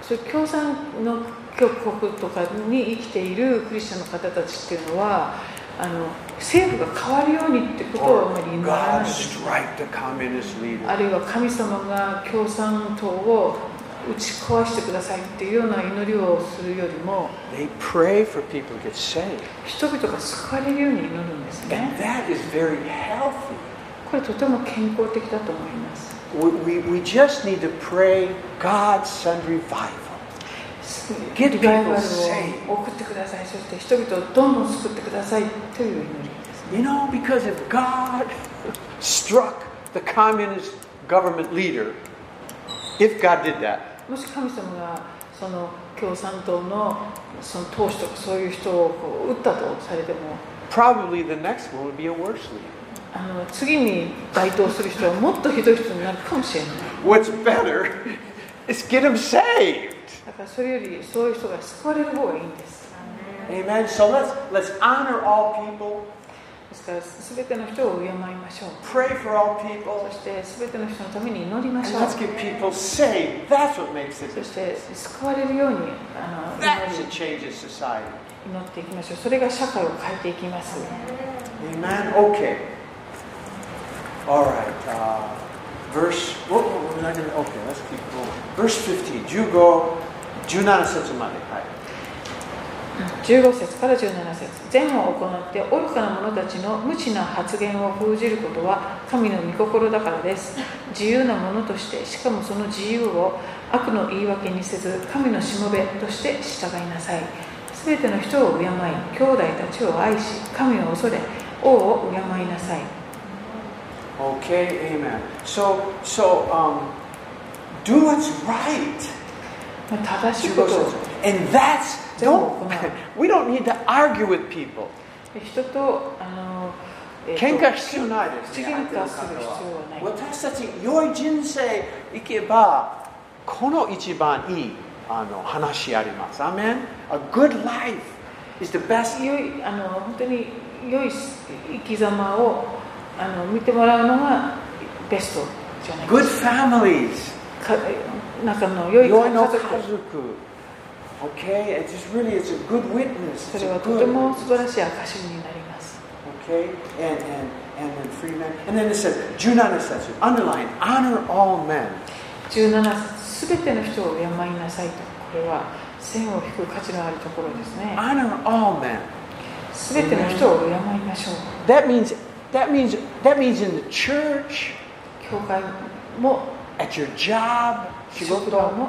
B: そういう共産の共和国とかに生きているクリスチャンの方たちっていうのはあの政府が変わるようにってことはあ
A: Or
B: まり言わ
A: Oh,
B: ない
A: God
B: んですよ
A: strike the communist leader.
B: あるいは神様が共産党を打ち壊してくださいっていうような祈りをするよりも
A: They pray for people to get saved.
B: 人々が救われるように祈るんですね
A: And that is very healthy.
B: これとても健康的だと思います
A: We, we, we just need to pray, God send revival.
B: リ
A: Get
B: バイ
A: people
B: バル
A: saved.
B: を送ってくださいそして人々をどんどん救ってくださいという祈りです
A: You know, because if God struck the communist government leader, if God did that,
B: もし神様がその共産党のその党首とかそういう人をこう撃ったとされても
A: probably the next one would be a worse leader.
B: あの次に該当する人はもっとひどい人になるかもしれない
A: What's better is get them saved.
B: だからそれよりそういう人が救われる方がいいんです
A: Amen. So let's let's honor all people,
B: ですから全ての人を敬いましょう
A: pray for all
B: そ
A: people,
B: して全ての人のために祈りま
A: and
B: しょう
A: let's get people saved. That's what makes it.
B: そして救われるようにあの
A: That's what
B: 祈り
A: changes society.
B: 祈っていきましょうそれが社会を変えていきます
A: Amen. Okay. All right. Uh, verse. Oh, oh, we're not gonna, okay, let's keep going. Verse 15. 15 17節まで。はい。
B: 15節から17節善を行って愚かな者たちの無知な発言を封じることは神の御心だからです自由な者としてしかもその自由を悪の言い訳にせず神のしもべとして従いなさいすべての人を敬い兄弟たちを愛し神を恐れ王を敬いなさい
A: Okay. Amen. So so um, do what's right.
B: まあ正しい
A: 15
B: ことを
A: 節。And that's
B: 全部
A: don't
B: 行う
A: we don't need to argue with people.
B: 人とあの、えーと
A: 喧嘩必要ないです、
B: 口
A: ね。
B: 喧嘩す
A: 相
B: る
A: 手の方は
B: 必要はない
A: 私たち、良い人生行けば、この一番いいあの話あります。アーメン A good life is the best.
B: 良いあの本当に良い生き様をあの見てもらうのがベストじゃない
A: Good
B: ですか
A: families.
B: か中の良い
A: 良い
B: 家
A: の家
B: 族
A: 族。Okay, it's just really it's a good witness.
B: そ
A: It's
B: れ
A: a
B: はとて
A: good
B: も素晴
A: witness.
B: らしい証になります
A: Okay, and and and then free men. And then it says 17節 underline honor all men.
B: 17すべての人を敬いなさいとこれは線を引く価値のあるところですね
A: Honor all men.
B: すべての人を敬いましょう
A: That means that means that means in the church,
B: 教会も
A: at your job, 仕
B: 職場
A: 事
B: も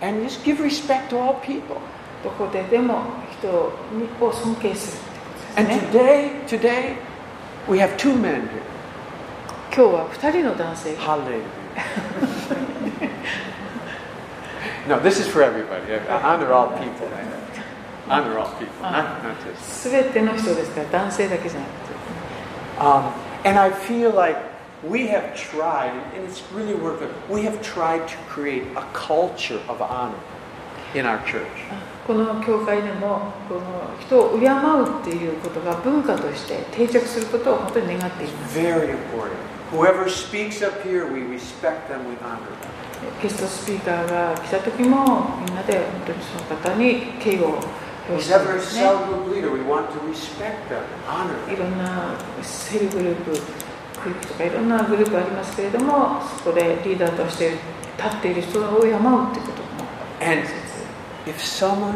A: and just give respect to all people.
B: どこででも人を尊敬するってことで
A: And
B: すね
A: today, today, we have two men here.
B: 今日は2人の男性が
A: Hallelujah. no, this is for everybody. Honor all people. I'm a rough people,
B: あ
A: not, not just.
B: すべての人ですから、男性だけじゃなくて。
A: Um, and I feel like we have tried, and it's really worth it, we have tried to create a culture of honor in our church.
B: この教会でもこの人を敬うっていうことが文化として定着することを本当に願っています
A: Very important. Whoever speaks up here, we respect them, we honor them.
B: ゲストスピーカーが来た時もみんなで本当にその方に敬意を表してい
A: Whoever
B: ま
A: is
B: すね
A: cell group leader, we want to respect them, honor
B: い
A: them.
B: ろんなセルグループグループとかいろんなグループありますけれどもそこでリーダーとして立っている人を敬うっていうことも
A: And if someone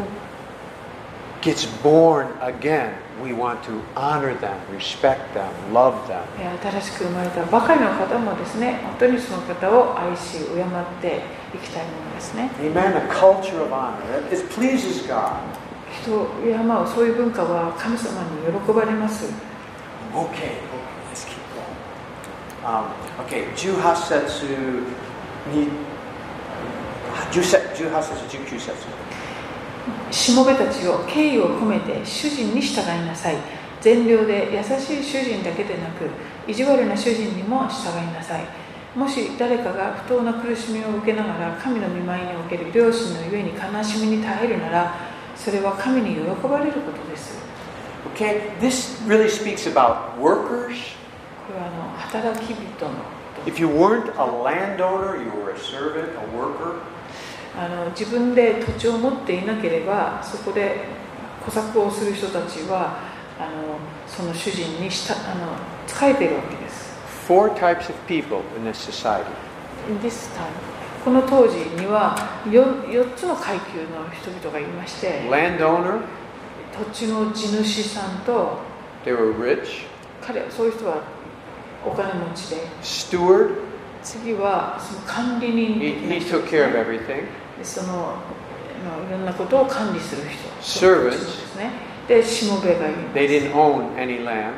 A: gets born again, we want to honor them, respect them, love them.
B: えー新しく生まれたばかりの方もですね本当にその方を愛し敬っていきたいものですね
A: Amen. A culture of honor. It- It pleases God.
B: 人を敬うそういう文化は神様に喜ばれます
A: Okay, okay, let's keep going. Um, okay, Juhasetsu ni Juhasetsu, Jukusetsu.
B: しもべたちを敬意を込めて主人に従いなさい善良で優しい主人だけでなく意地悪な主人にも従いなさいもし誰かが不当な苦しみを受けながら神の見舞いにおける両親のゆえに悲しみに耐えるならそれは神に喜ばれることです
A: Okay, this really speaks about workers.
B: これはあの働き人のこと
A: If you weren't a landowner, you were a servant, a worker.
B: あの自分で土地を持っていなければそこで小作をする人たちはあのその主人にしたあの仕えているわけです。
A: Four types of people in this society.
B: This time この当時には 4, 4つの階級の人々がいまして
A: Landowner,
B: 土地の地主さんと
A: they were rich.
B: 彼そういう人はお金持ちで
A: Steward,
B: 次はその管理
A: he,
B: 人
A: he took care of everything.
B: でそのあのいろんなことを管理する人
A: Servants
B: ですねでしもべがいます
A: They didn't own any land.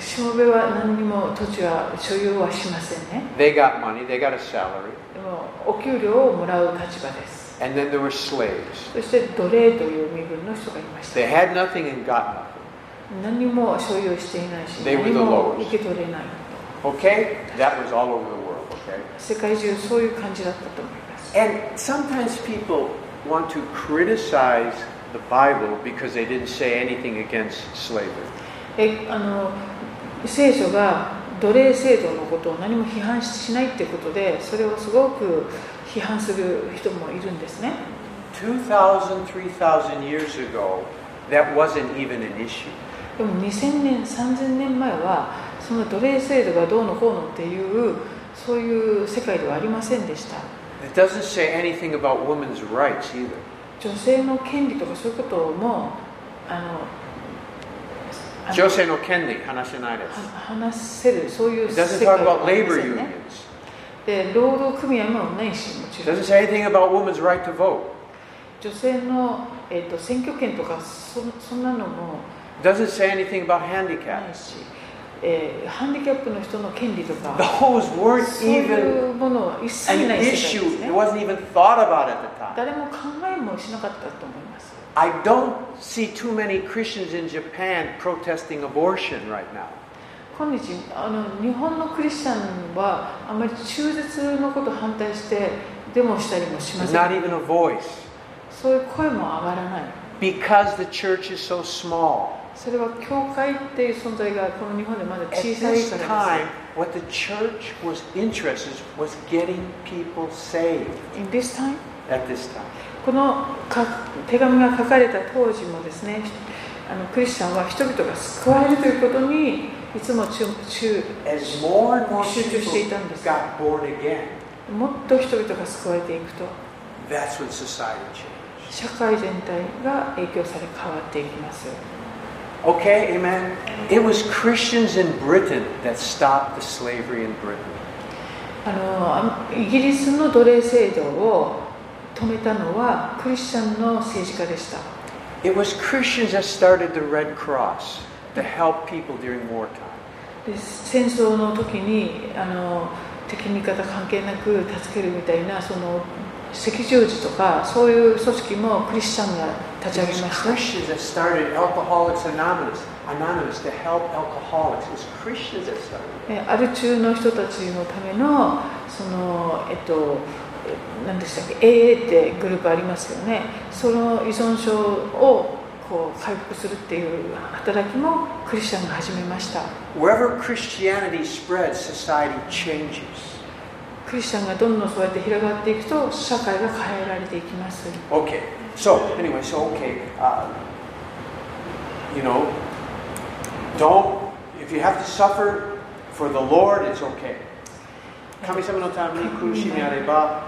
B: しもべは何にも土地は所有はしませんね
A: They got money, they got a salary.
B: でもお給料をもらう立場です
A: And then there were slaves.
B: そして奴隷という身分の人がいました
A: They had nothing and got nothing.
B: 何も所有していないし
A: They were the
B: 何も
A: lowest.
B: 受け取れない
A: Okay? That was all over the world, okay?
B: 世界中そういう感じだったと思います
A: And sometimes people want to criticize the Bible because they didn't say anything against slavery.
B: えあの聖書が奴隷制度のことを何も批判しないってことでそれをすごく批判する人もいるんですね
A: 2,000, 3,000 years ago, that wasn't even an issue.
B: でも2000年3000年前はその奴隷制度がどうのこうのっていうそういう世界ではありませんでした
A: It doesn't say anything about women's rights either.
B: 女性の権利とかそういうこともあのあの
A: 女性の権利話せないです。
B: は話せるそういう
A: It doesn't talk
B: では
A: about
B: ありま
A: labor
B: せんね
A: unions.
B: で労働組合もないしも
A: It
B: ちろん
A: doesn't say anything about women's right to vote.
B: 女性の、えっと選挙権とかそそんなのも
A: It doesn't say anything about
B: な
A: handicaps.
B: いし、えーハンディキャップの人の権利とか
A: Those
B: そ
A: weren't
B: う
A: even
B: いうものは一切
A: an
B: ない世
A: issue.
B: 界です
A: It
B: ね
A: wasn't even thought about at the time.
B: 誰も考えもしなかったと思います
A: I don't see too many Christians in Japan protesting abortion right now.
B: 今日あの日本のクリスチャンはあまり中絶のことを反対してデモしたりもしま
A: There's
B: せ
A: not
B: ん
A: even a voice
B: そういう声も上がらない
A: because the church is so small.
B: それは教会っていう存在がこの日本でまだ
A: At
B: 小さい
A: this
B: からで
A: time, what the church was interested in was getting people saved
B: す In this time?
A: at this time.
B: このか手紙が書かれた当時もですねあのクリスチャンは人々が救われるということにいつも注注
A: As more and more
B: 集中していたんで
A: people
B: す
A: got born again,
B: もっと人々が救われていくと
A: that's when society changed.
B: 社会全体が影響され変わっていきます
A: Okay, amen. It was Christians in Britain that stopped the slavery in Britain.
B: あのあイギリスの奴隷制度を止めたのはクリスチャンの政治家でした
A: It was Christians that started the Red Cross to help people during wartime.
B: で戦争の時にあの敵味方関係なく助けるみたいなその赤十字とかそういう組織もクリスチャンが立ち上
A: It
B: げ
A: was
B: ました
A: Christians that started Alcoholics Anonymous, Anonymous to help alcoholics. It was Christians that started.
B: えーアル中の人たちのためのそのえっとえー何でしたっけ AA ってグループありますよねその依存症をこう回復するっていう働きもクリスチャンが始めました
A: Wherever Christianity spreads, society changes.
B: クリスチャンがどんどんそうやって広がっていくと社会が変えられていきます
A: Okay. So anyway, so okay. Uh, you know, don't if you have to suffer for the Lord, it's okay. 神様のために苦しみあれば、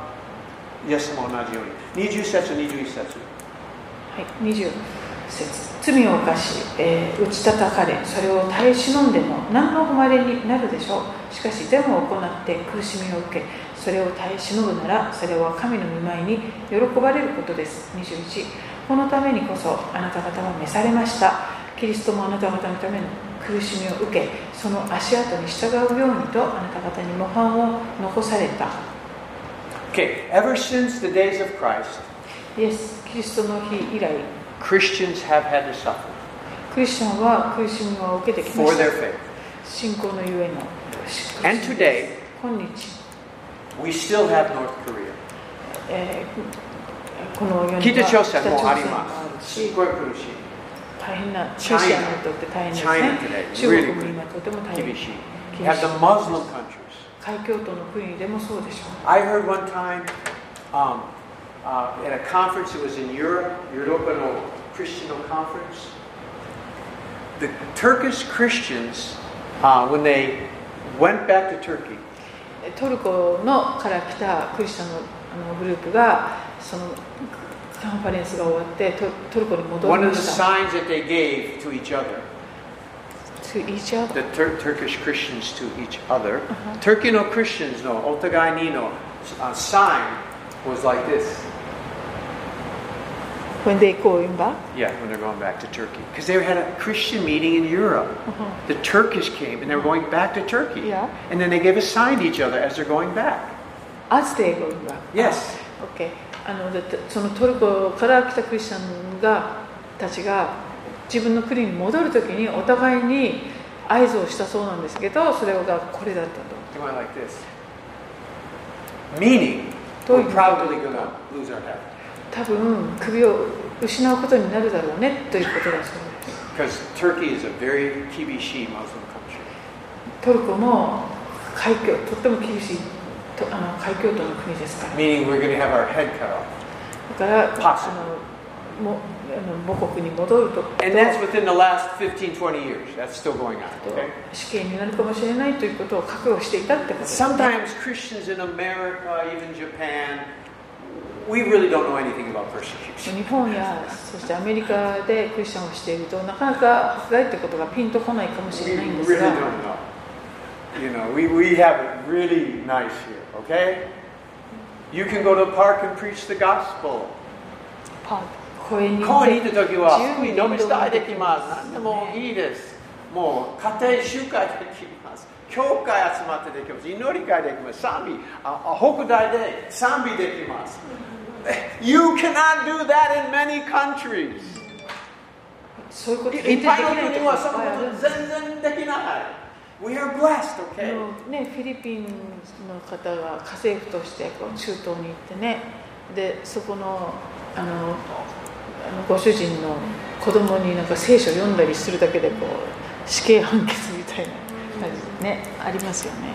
A: イエスも同じように。20節、21節。
B: はい、20節罪を犯し、えー打ち叩かれそれを耐え忍んでも何の誉れになるでしょうしかし善を行って苦しみを受けそれを耐え忍ぶならそれは神の御前に喜ばれることです21このためにこそあなた方は召されましたキリストもあなた方のための苦しみを受けその足跡に従うようにとあなた方に模範を残された
A: Okay, ever since the days of Christ,
B: イエスキリストの日以来
A: Christians have had to suffer
B: クリスチャンは苦しみを受けてきま
A: for
B: した
A: their faith.
B: 信仰のゆえのし
A: And today,
B: 今日、
A: we still have North Korea.
B: えーこの世には
A: 北朝鮮もあり
B: 北朝鮮もあ
A: ま
B: る
A: す。す
B: し
A: ごい苦しい。
B: 大変な中シアにとって大変ですね
A: China today
B: 中国
A: really
B: も今とても大変
A: 厳しい。You
B: 厳
A: have
B: し
A: the
B: い
A: Muslim countries.
B: 海峡都の国でもそうでしょ
A: I heard one time um, uh, at a conference, it was in Europe, European Christian conference. The Turkish Christians, uh, when they went back to Turkey,
B: うトルコのから来たクリスチャンのあのグループがそのカンファレンスが終わってトトルコに戻
A: one
B: り
A: of the
B: ました
A: signs that they gave to each other,
B: To each other
A: the Tur- Turkish Christians to each other, Turkey no Christians no, otagai ni no, uh, sign was like this.
B: When they go in back
A: Yeah, when they're going back to Turkey. Because they had a Christian meeting in Europe. The Turkish came and they were going back to Turkey.
B: Yeah.
A: And then they gave a sign to each other as they're going back.
B: As they go in back
A: Yes.
B: OK あのだってそのトルコから来たクリスチャンがたちが自分の国に戻るときにお互いに合図をしたそうなんですけどそれがこれだった
A: They went like this. Meaning,
B: Don't
A: we're
B: you-
A: probably going to lose our head.
B: と多分首を失うことになるだろうねということだそうです
A: Because Turkey is a very kibishi Muslim country.
B: トルコも海峡とっても厳しいとあの海峡都の国ですから
A: Meaning, we're going to have our head cut off.
B: だから
A: パス
B: あのもあの母国に戻ると
A: And that's within the last 15, 20 years. That's still going on.
B: と
A: Okay?
B: 死刑になるかもしれないということを覚悟していたってことですね
A: Sometimes Christians in America, even Japan, we really don't know anything about persecution.
B: 日本やそしてアメリカでクリスチャンをしているとなかなか迫害ってことがピンとこないかもし
A: We
B: れないんで
A: really
B: す
A: don't
B: が
A: know. You know, we, we have it really nice here, okay? You can go to a park and preach the gospel.
B: パー公園に行
A: 川
B: っ
A: に行ってた時は、
B: 自由に
A: 飲みたいできます。何でもいいです。もう家庭集会できます。教会集まってできます。祈り会できます。賛美、ああ北大で賛美できます。You cannot do that in many countries.
B: そういうこと
A: いっぱいの国はそ
B: いっぱいあ
A: の
B: るん
A: こと
B: です
A: 全然できない。We are blessed,
B: あ
A: okay?
B: のねフィリピンの方が家政婦としてこう中東に行ってねでそこのあのあのご主人の子供になんか聖書読んだりするだけでこう死刑判決みたいな感じねありますよね。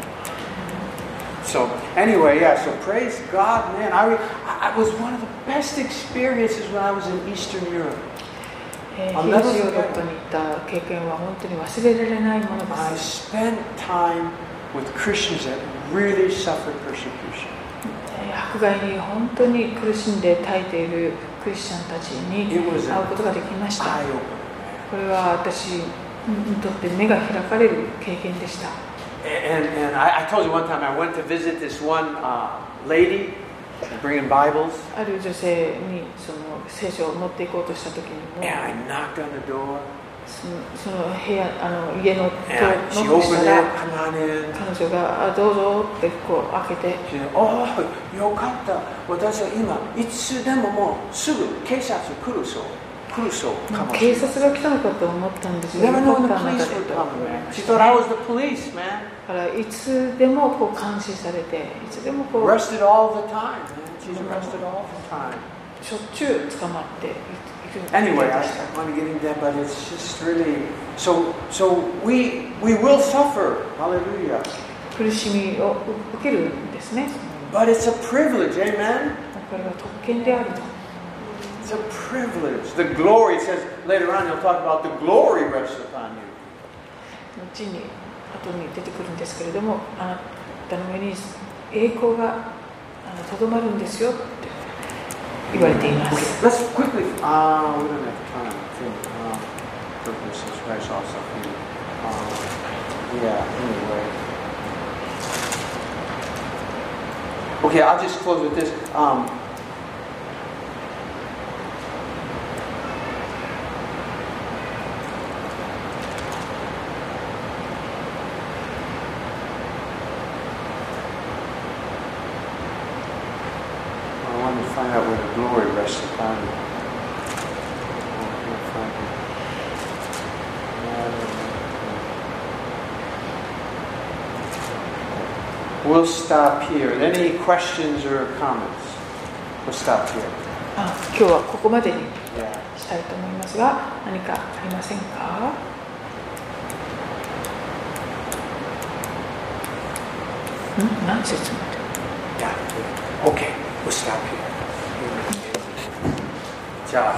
A: So anyway, yeah. So praise God, man. I, I was one of the best experiences when I was in Eastern Europe.
B: えー
A: あ
B: 東ヨーロッパに行った経験は本当に忘れられないもので
A: I
B: す、
A: spent time with Christians that really suffered persecution.
B: えー迫害に本当に苦しんで耐えているクリスチャンたちに
A: It was
B: 会う
A: an
B: ことができました
A: eye opener,
B: これは私にとって目が開かれる経験でした
A: and and I, I told you one time I went to visit this one uh, lady, bringing Bibles,
B: ある女性にその聖書を持っていこうとした時にも
A: and I knocked on the door,
B: そのその部屋あの家のドア
A: and I,
B: ノ
A: she
B: ックし
A: opened
B: た
A: it.
B: ら
A: Come on in.
B: 彼女があ「どうぞ」ってこう開けて
A: She said, "Oh, よかった。私は今、いつでももうすぐ警察来るそう、来るそうかもしれ
B: 警
A: ない。
B: 察が来たのかと思ったんですよ、
A: Never
B: パ
A: know when the
B: ンダの中
A: police
B: で
A: would
B: だ
A: come, man. She thought I was the police, man.
B: からいつでもこう監視されて、いつでもこう
A: Arrested all the time, man. She's arrested all the time.
B: しょっちゅう捕まっていいる
A: Anyway, I, I want to get into that, but it's just really so. So we we will suffer. Hallelujah.
B: 苦しみを受けるんですね。
A: But it's a privilege, amen.
B: これは特権であると。
A: It's a privilege. The glory, it says later on, he'll talk about the glory rests upon you.
B: 後に後に出てくるんですけれどもあなたの上に栄光があのとどまるんですよって言われています
A: Let's quickly. Ah, we don't have time. I think. Um, goodness, this guy's also here. Um, yeah. Anyway. Okay, I'll just close with this. Um, I wanted to find out where the glory rests upon you. I can't find it. We'll stop here. Any questions or comments? We'll stop here.
B: あ今日はここまでに
A: Yeah.
B: したいと思いますが何かありませんかん何節まで
A: yeah. Okay, we'll stop here. Job.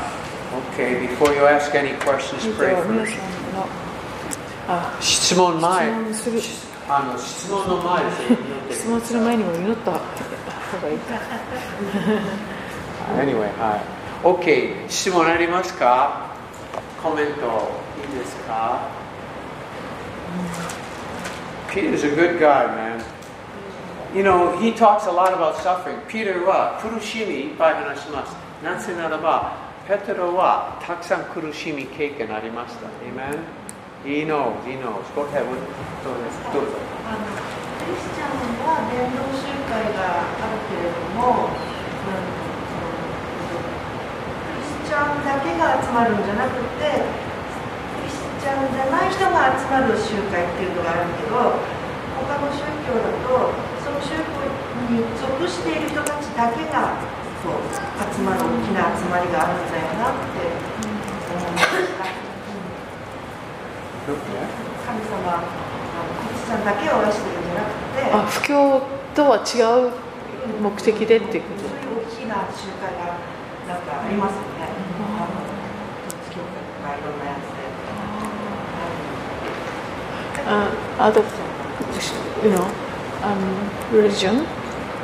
A: Okay, before you ask any questions,
B: 以上
A: pray
B: 皆
A: first.
B: さんのあ
A: 質問
B: 質問する
A: あの質問の前ですね
B: 質問する前にも祈った方がいいか
A: Anyway, はい。OK、質問ありますかコメントいいですか Peter's a good guy, man. You know, he talks a lot about suffering. Peter は苦しみいっぱい話します。なぜならば、ペテロはたくさん苦しみ経験ありました。Amen? He knows, he knows. Go ahead. どうですどうぞ。
D: あのクリスチャンは伝道集会があるけれども、うんクリスチャンだけが集まるんじゃなくてクリスチャンじゃない人が集まる集会っていうのがあるけど他の宗教だとその宗教に属している人たちだけがこう集まる大きな集まりがあるんだよなって思いました。うん神様あのこっちさんだけを愛してるんじゃな
B: あ
D: くて
B: 不況とは違う目的でっていうこ
D: そういう大きな集会がなんかありますよね、あの統一教会とかいろんなやつで、
B: と。あ、other you know, um, religion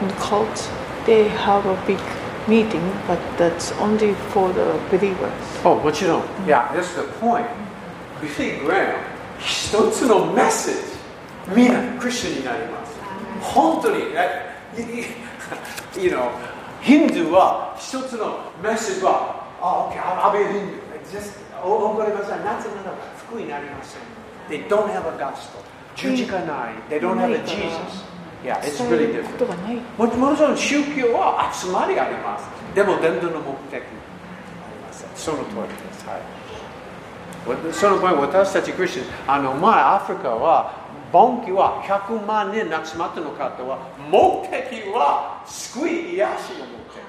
B: and cults, they have a big meeting, but that's only for the believers.
A: おもちろん。Yeah, that's the point. Billy Graham、一つのメッセージ、みんなクリスチャンになります。本当に、えいい you know、ヒ uh, ンドゥーは一つのメッセージは、あ、OK、I'll oh, be a Hindu. Just, oh, お怒りません。なぜならば福になりません。They don't have a gospel. 十字架ない。They don't have a
B: ないから
A: Jesus. Yeah, it's
B: 伝
A: really
B: える
A: different.
B: ことがない。
A: もちろん宗教は集まりあります。でも伝道の目的ありません。その通りです。はい。わその場合、私たちクリスチャン、あの前アフリカは、盆期は100万人集まったのかとは、目的は救い、癒しの目的。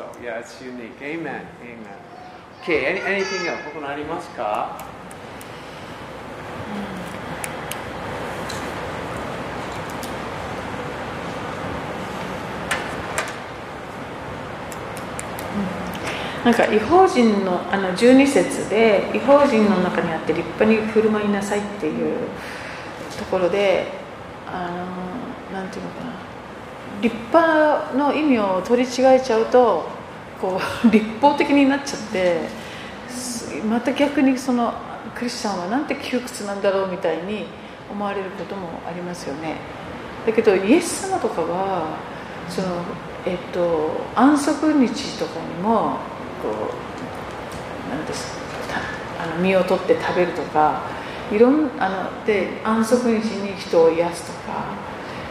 A: So, yeah, it's unique. Amen. Amen. Okay, any, anything else? ここにありますか
B: なんか違法人のあの12節で違法人の中にあって立派に振る舞いなさいっていうところであのなんていうのかな立派の意味を取り違えちゃうとこう 立法的になっちゃってすまた逆にそのクリスチャンはなんて窮屈なんだろうみたいに思われることもありますよね。だけどイエス様とかはその、えっと、安息日とかにもこうなんですたあの身を取って食べるとかいろんあので安息日に人を癒すとか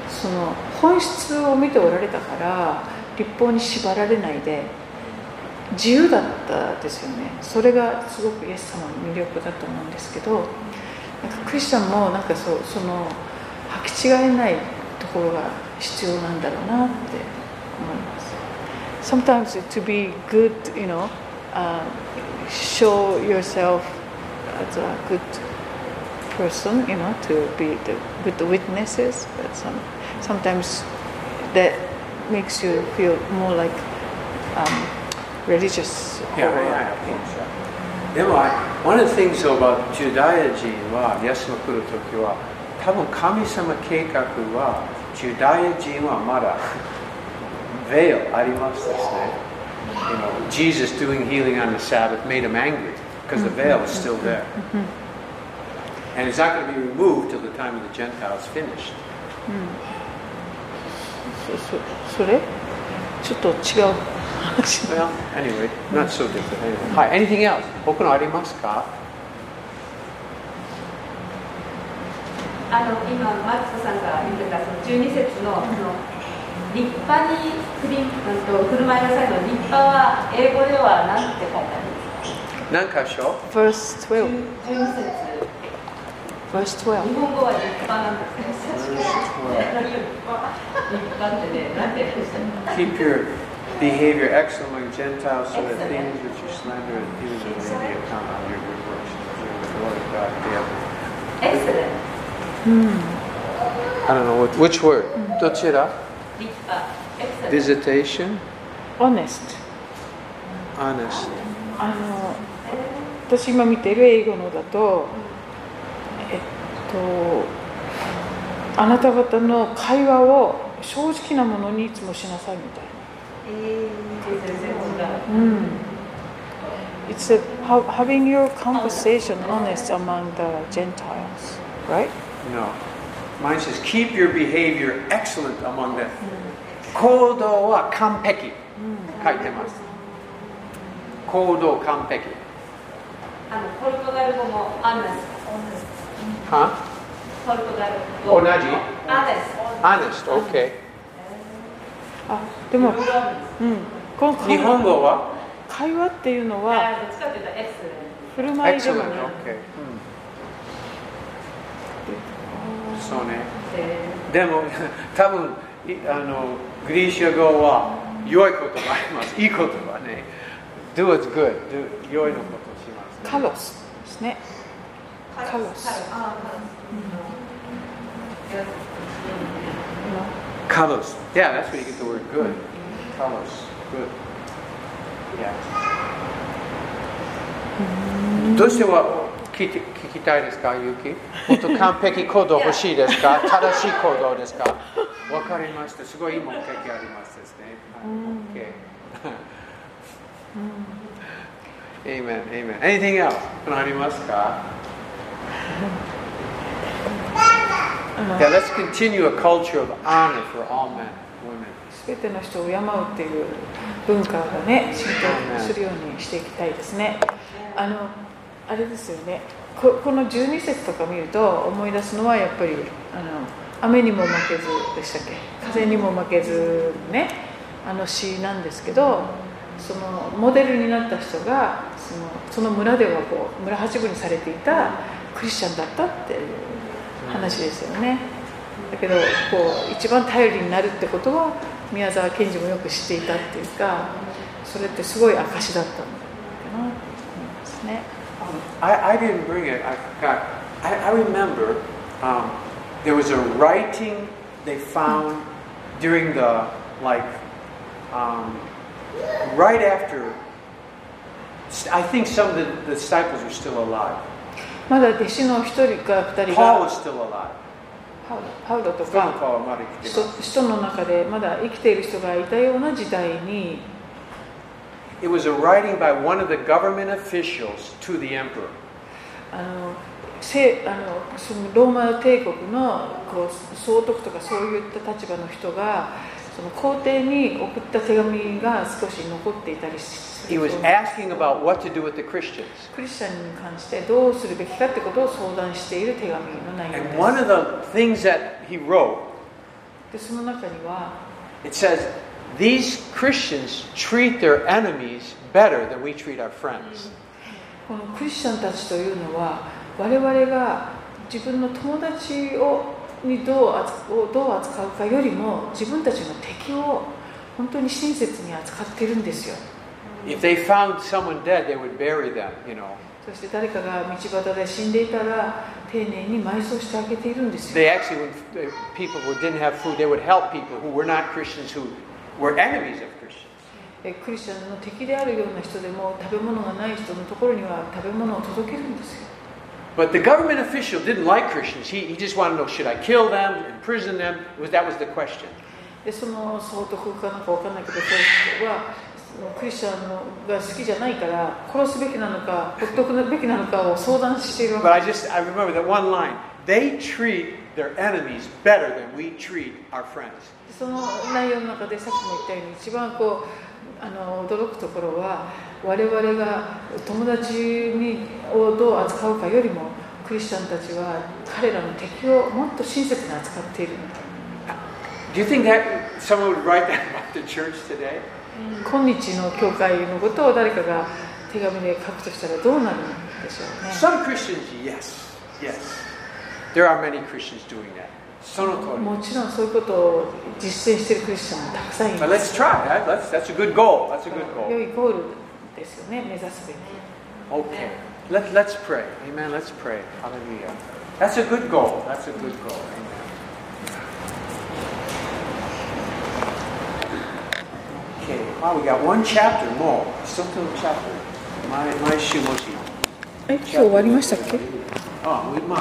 B: その本質を見ておられたから立法に縛られないで自由だったですよねそれがすごくイエス様の魅力だと思うんですけどなんかクリスチャンもなんかそうその履き違えないところが必要なんだろうなって思います
C: Sometimes to be good, you know, uh, show yourself as a good person, you know, to be the good witnesses. But some, sometimes that makes you feel more like um, religious.
A: Yeah,
C: or-
A: yeah, I think so. でも、I- one of the things about ジュダヤ人は、イエスが来るときは、多分神様計画は、ジュダヤ人はまだ、veil ありますですね。You know, Jesus doing healing on the Sabbath made him angry because the veil is still there. And it's not going to be removed till the time of the Gentiles finished.
C: そそそれちょっと違う話
A: Well, anyway, not so different. Anyway. Hi, anything else? 他のありますか
E: あの今マツコさんが言ってたその12節のその立派に振りうんと振る舞いなさいの立派は英語では何て書いてあるんですか
A: 何箇所
C: Verse 12
E: ?12 節
C: Verse
E: 日
C: 12
E: 本語は立派なんですね立派ってねなんて訳したの
A: Keep your behavior excellent among Gentiles so that things which you slander and abuse may be accounted on your good works. You're the Lord of God, the other.
E: エクセレン
C: Hmm.
A: I don't know what, which word? どちら
E: 立派エクセレン
A: Visitation?
B: honest
A: Honest.
B: あの私今見てる英語のだと、えっと、あなた方の会話を正直なものにいつもしなさいみたい
E: 全然違う
B: な。うん。It said "Hav- having your conversation honest among the Gentiles, right?
A: No. Mine says, keep your behavior excellent among them. 行動は完璧。書いてます。行動完璧。
E: あのポルトガル語もアネス
A: は
E: ポルトガル
A: 同
E: 語
A: じ
E: アネス
A: ?Honest, okay.
B: あ、でも、
E: いろいろあるんです
B: うん。この
A: 日本語は
B: 会話っていうのは
E: あどっちかっていうとエクセレン
B: 振る舞いでも
A: Excellent,
B: ない。
A: okay. そうね。
E: え
A: でも、 多分いあのグリシア語は良いことがあります。いいことがね。Do is good. Do 良いのことをします、
B: カロスですね。カロス。
D: ああ、
A: Kalos. Yeah, that's where you get the word good. Kalos. Good. Yeah. どうしては聞いて聞きたいですか、ゆきもっと完璧行動欲しいですか正しい行動ですかわかりました。すごいいい目的ありますですね。はい、OK。Amen, amen. Anything else? このありますか Yeah, let's continue a culture of honor for all men, women.
B: 全ての人を敬うっていう文化がね浸透するようにしていきたいですねあのあれですよねここの12節とか見ると思い出すのはやっぱりあの雨にも負けずでしたっけ風にも負けずねあの詩なんですけどそのモデルになった人がそのその村ではこう村八分にされていたクリスチャンだったっていう話ですよね。だけどこう一番頼りになるってことは宮沢賢治もよく知っていたっていうかそれってすごい証だったんだろうなと思いますね。
A: I, I didn't bring it. I forgot. I, I remember um, there was a writing they found during the like um, right after. I think some of the, the disciples were still alive.
B: まだ弟子の一人か二人
A: Paul
B: が
A: was still alive.
B: パウロパウロと
A: Paul
B: か
A: Paul might have-
B: 人人の中でまだ生きている人がいたような時代に
A: It was a writing by one of the government officials to the emperor.
B: あのせあのそのローマ帝国のこう総督とかそういった立場の人がその皇帝に送った手紙が少し残っていたりす
A: He
B: る
A: was asking about what to do with the Christians.
B: クリスチャンに関してどうするべきかってことを相談している手紙の内容
A: And
B: で
A: one of the things that he wrote,
B: す。でその中には
A: it says, these Christians treat their enemies better than we treat our friends.
B: このクリスチャンたちというのは我々が自分の友達をにどう扱をどう扱うかよりも自分たちの敵を本当に親切に扱ってるんですよ
A: If they found someone dead, they would bury them, you know.
B: そして誰かが道端で死んでいたら丁寧に埋葬してあげているんですよ
A: They actually, when they- people who didn't have food, they would help people who were not Christians, who were enemies of Christians.
B: えクリスチャンの敵であるような人でも食べ物がない人のところには食べ物を届けるんですよ
A: But the government official didn't like Christians. He, he just wanted to know, should I kill them, imprison them? It was, that was the question.
B: でその総督かなんかわかんないけどそういう人はそのクリスチャンのが好きじゃないから殺すべきなのかほっとくべきなのかを相談しているわ
A: But I
B: け
A: just, I remember that one line. They treat their enemies better than we treat our friends.
B: その内容の中でさっきも言ったように一番こうあの驚くところは我々が友達にをどう扱うかよりもクリスチャンたちは彼らの敵をもっと親切に扱っている
A: Do you think that someone would write that about the church today?
B: 今日の教会のことを誰かが手紙で書くとしたらどうなるんでしょうね
A: Some Christians, yes, yes. There are many Christians doing that. その通り。
B: もちろんそういうことを実践しているクリスチャンもたくさんい
A: But
B: ます
A: let's try. That, that's, that's a good goal. That's a good
B: 良
A: goal.
B: いゴールですよね目指すべき
A: Okay. Let, let's pray. Amen. Let's pray. Hallelujah. That's a good goal. That's a good goal. Amen. Okay. Wow, we got one chapter more. Still to the chapter. My, my
B: え今
A: shimushi.
B: 日終わりましたっけ
A: Oh, we must.